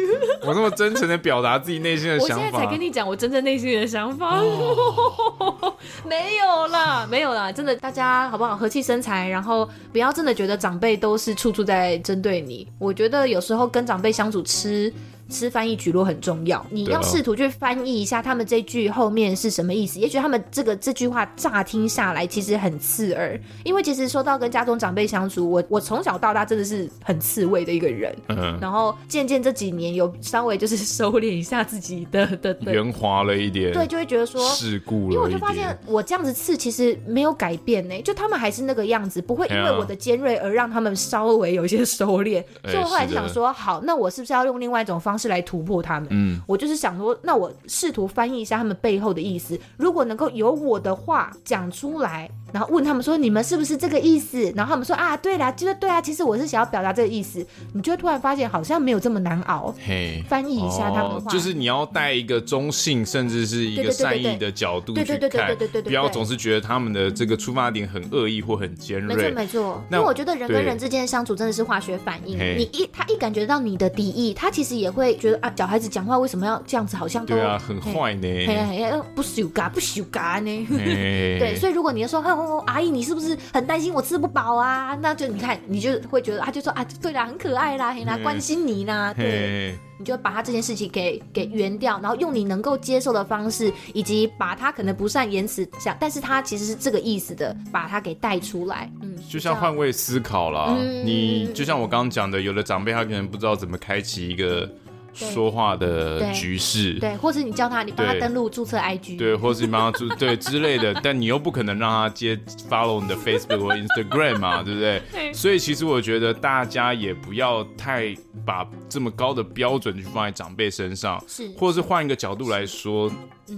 [SPEAKER 3] 我这么真诚的表达自己内心的
[SPEAKER 4] 我
[SPEAKER 3] 想
[SPEAKER 4] 现在
[SPEAKER 3] 法
[SPEAKER 4] 才，跟你讲我真正内心里的想法，
[SPEAKER 3] 哦
[SPEAKER 4] 没有啦，没有啦，真的，大家好不好和气生财，然后不要真的觉得长辈都是处处在针对你。我觉得有时候跟长辈相处吃。吃翻译举落很重要，你
[SPEAKER 3] 对啊
[SPEAKER 4] 要试图去翻译一下他们这句后面是什么意思。也许他们这个这句话乍听下来其实很刺耳，因为其实说到跟家中长辈相处，我我从小到大真的是很刺猬的一个人，
[SPEAKER 3] 嗯，
[SPEAKER 4] 然后渐渐这几年有稍微就是 收敛一下自己的的的，
[SPEAKER 3] 圆滑了一点，
[SPEAKER 4] 对，就会觉得说，
[SPEAKER 3] 世故
[SPEAKER 4] 因为我
[SPEAKER 3] 了
[SPEAKER 4] 就
[SPEAKER 3] 一
[SPEAKER 4] 发现
[SPEAKER 3] 点，
[SPEAKER 4] 我这样子刺其实没有改变呢，就他们还是那个样子，不会因
[SPEAKER 3] 对啊
[SPEAKER 4] 为我的尖锐而让他们稍微有一些 收敛，
[SPEAKER 3] 哎
[SPEAKER 4] 所以我后来就是
[SPEAKER 3] 的
[SPEAKER 4] 想说，好，那我是不是要用另外一种方式来突破他们？
[SPEAKER 3] 嗯，
[SPEAKER 4] 我就是想说，那我试图翻译一下他们背后的意思，如果能够有我的话讲出来，然后问他们说你们是不是这个意思？然后他们说啊，对啦，就是对啊，其实我是想要表达这个意思，你就会突然发现好像没有这么难熬。
[SPEAKER 3] 嘿。
[SPEAKER 4] 翻译一下他们的
[SPEAKER 3] 哦
[SPEAKER 4] 话，
[SPEAKER 3] 就是你要带一个中性，甚至是一
[SPEAKER 4] 对
[SPEAKER 3] 个
[SPEAKER 4] 对对对
[SPEAKER 3] 善意
[SPEAKER 4] 对
[SPEAKER 3] 的角度
[SPEAKER 4] 对
[SPEAKER 3] 去
[SPEAKER 4] 对对对
[SPEAKER 3] 看
[SPEAKER 4] 对对对，对
[SPEAKER 3] 不要总是觉得他们的这个出发点很恶意或很尖
[SPEAKER 4] 没错
[SPEAKER 3] 锐。
[SPEAKER 4] 没错，因
[SPEAKER 3] 那
[SPEAKER 4] 为
[SPEAKER 3] 我
[SPEAKER 4] 我觉得人跟
[SPEAKER 3] 对
[SPEAKER 4] 人之间的相处真的是化学反应。
[SPEAKER 3] 嘿
[SPEAKER 4] 你一他一感觉到你的敌意，他其实也会觉得啊，小孩子讲话为什么要这样子，好像都
[SPEAKER 3] 对啊，很坏呢。
[SPEAKER 4] 嘿，嘿嘿，呃不羞嘎不羞嘎呢。对，
[SPEAKER 3] 对
[SPEAKER 4] 所以如果你就说，哼、哦，阿姨，你是不是很担心我吃不饱啊？那就你看，你就会觉得，他就说啊，对啦，很可爱啦，嘿啦，
[SPEAKER 3] 嗯
[SPEAKER 4] 关心你啦，对，
[SPEAKER 3] 嘿，
[SPEAKER 4] 你就把他这件事情给给圆掉，然后用你能够接受的方式，以及把他可能不善言辞讲，但是他其实是这个意思的，把他给带出来，嗯，
[SPEAKER 3] 就像换位思考啦，
[SPEAKER 4] 嗯
[SPEAKER 3] 你就像我刚刚讲的，有的长辈他可能不知道怎么开启一个说话的
[SPEAKER 1] 对
[SPEAKER 3] 局势，
[SPEAKER 1] 对，或者你叫他，你帮他
[SPEAKER 3] 对
[SPEAKER 1] 登录注册 IG，
[SPEAKER 3] 对，或是你帮他注对之类的，但你又不可能让他接 follow 你的 Facebook 或 Instagram 嘛，对 不对？所以其实我觉得大家也不要太把这么高的标准去放在长辈身上，
[SPEAKER 1] 是
[SPEAKER 3] 或者是换一个角度来说，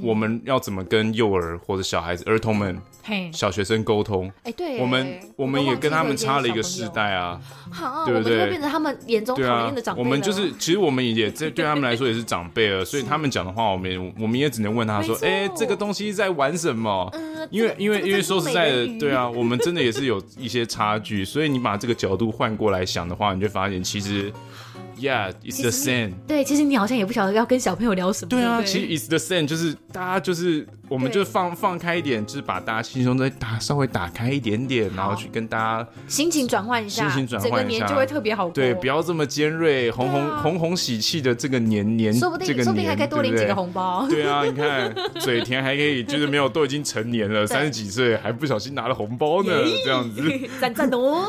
[SPEAKER 3] 我们要怎么跟幼儿或者小孩子、儿童们、
[SPEAKER 4] 嘿，
[SPEAKER 3] 小学生沟通？
[SPEAKER 1] 哎，对耶，
[SPEAKER 3] 我们我们
[SPEAKER 1] 都忘
[SPEAKER 3] 也
[SPEAKER 1] 记
[SPEAKER 3] 跟他
[SPEAKER 1] 会
[SPEAKER 3] 们
[SPEAKER 1] 接
[SPEAKER 3] 差了一
[SPEAKER 1] 小
[SPEAKER 3] 个
[SPEAKER 1] 朋
[SPEAKER 3] 世
[SPEAKER 1] 友，
[SPEAKER 3] 代啊，
[SPEAKER 1] 好，
[SPEAKER 3] 对不
[SPEAKER 1] 我们就
[SPEAKER 3] 对
[SPEAKER 1] 会变成他们眼中
[SPEAKER 3] 对
[SPEAKER 1] 讨
[SPEAKER 3] 啊
[SPEAKER 1] 厌的长，辈
[SPEAKER 3] 我
[SPEAKER 1] 了。
[SPEAKER 3] 们就是其实我们也这对他们来说也是长辈了，所以他们讲的话，我们也我们也只能问他说
[SPEAKER 1] 没，错
[SPEAKER 3] 哎，这个东西在玩什么？
[SPEAKER 1] 嗯，
[SPEAKER 3] 因为
[SPEAKER 1] 这个
[SPEAKER 3] 因为
[SPEAKER 1] 这个
[SPEAKER 3] 因为
[SPEAKER 1] 真是
[SPEAKER 3] 说实在
[SPEAKER 1] 美
[SPEAKER 3] 的
[SPEAKER 1] 人鱼，
[SPEAKER 3] 对啊，我们真的也是有一些差距，所以你把这个角度换过来想的话，你就发现其实，yeah，it's the same。
[SPEAKER 4] 对，其实你好像也不晓得要跟小朋友聊什么。
[SPEAKER 3] 对啊，
[SPEAKER 4] 不
[SPEAKER 3] 其实 it's the same，就是大家就是我们就放放开一点，就是把大家心胸再打稍微打开一点点，然后去跟大家
[SPEAKER 4] 心情转换一下，
[SPEAKER 3] 心情转
[SPEAKER 4] 整
[SPEAKER 3] 换
[SPEAKER 4] 个
[SPEAKER 3] 一
[SPEAKER 4] 年
[SPEAKER 3] 下
[SPEAKER 4] 就会特别好过。
[SPEAKER 3] 对，不要这么尖锐，红红红红喜气的这个年年，
[SPEAKER 4] 说不定
[SPEAKER 3] 这个
[SPEAKER 4] 说不定还
[SPEAKER 3] 年
[SPEAKER 4] 可以多领几
[SPEAKER 3] 对不对
[SPEAKER 4] 个红 包。
[SPEAKER 3] 对啊，你看嘴甜还可以，就是没有都已经成年了，三十几岁还不小心拿了红包呢，这样 子。
[SPEAKER 4] 赞赞 的哦！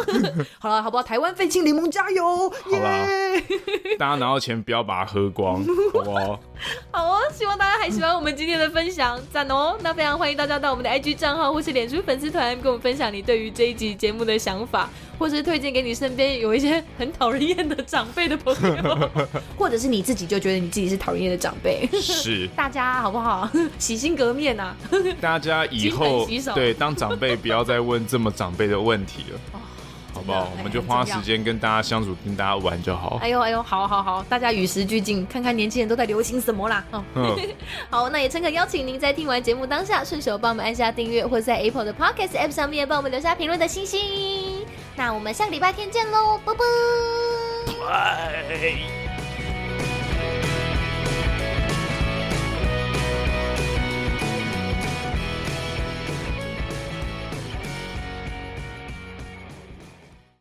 [SPEAKER 4] 好了，好不好？台湾废青联盟加油！
[SPEAKER 3] 好啦，大家拿到钱不要把它喝光，好不 好？
[SPEAKER 5] 好哦，希望大家还喜欢我们今天的分享，赞哦！那非常欢迎大家到我们的 IG 账号或是脸书粉丝团，跟我们分享你对于这一集节目的想法，或是推荐给你身边有一些很讨人厌的长辈的朋友。
[SPEAKER 4] 或者是你自己就觉得你自己是讨人厌的长辈，
[SPEAKER 3] 是，
[SPEAKER 4] 大家好不好？洗心革面啊呐、
[SPEAKER 3] 大家以后
[SPEAKER 5] 勤洗手
[SPEAKER 3] 对当长辈不要再问这么长辈的问题 了，
[SPEAKER 5] 哦
[SPEAKER 3] 好不好？我们就花时间跟大家相处，跟大家玩就好
[SPEAKER 4] 哎。呦哎呦，好好好，大家与时俱进，看看年轻人都在流行什么啦。哦，
[SPEAKER 3] 嗯，
[SPEAKER 5] 好，那也诚恳邀请您在听完节目当下，顺手帮我们按下订阅，或在 Apple 的 Podcast App 上面帮我们留下评论的星星。那我们下个礼拜天见喽，啵啵。
[SPEAKER 3] 拜。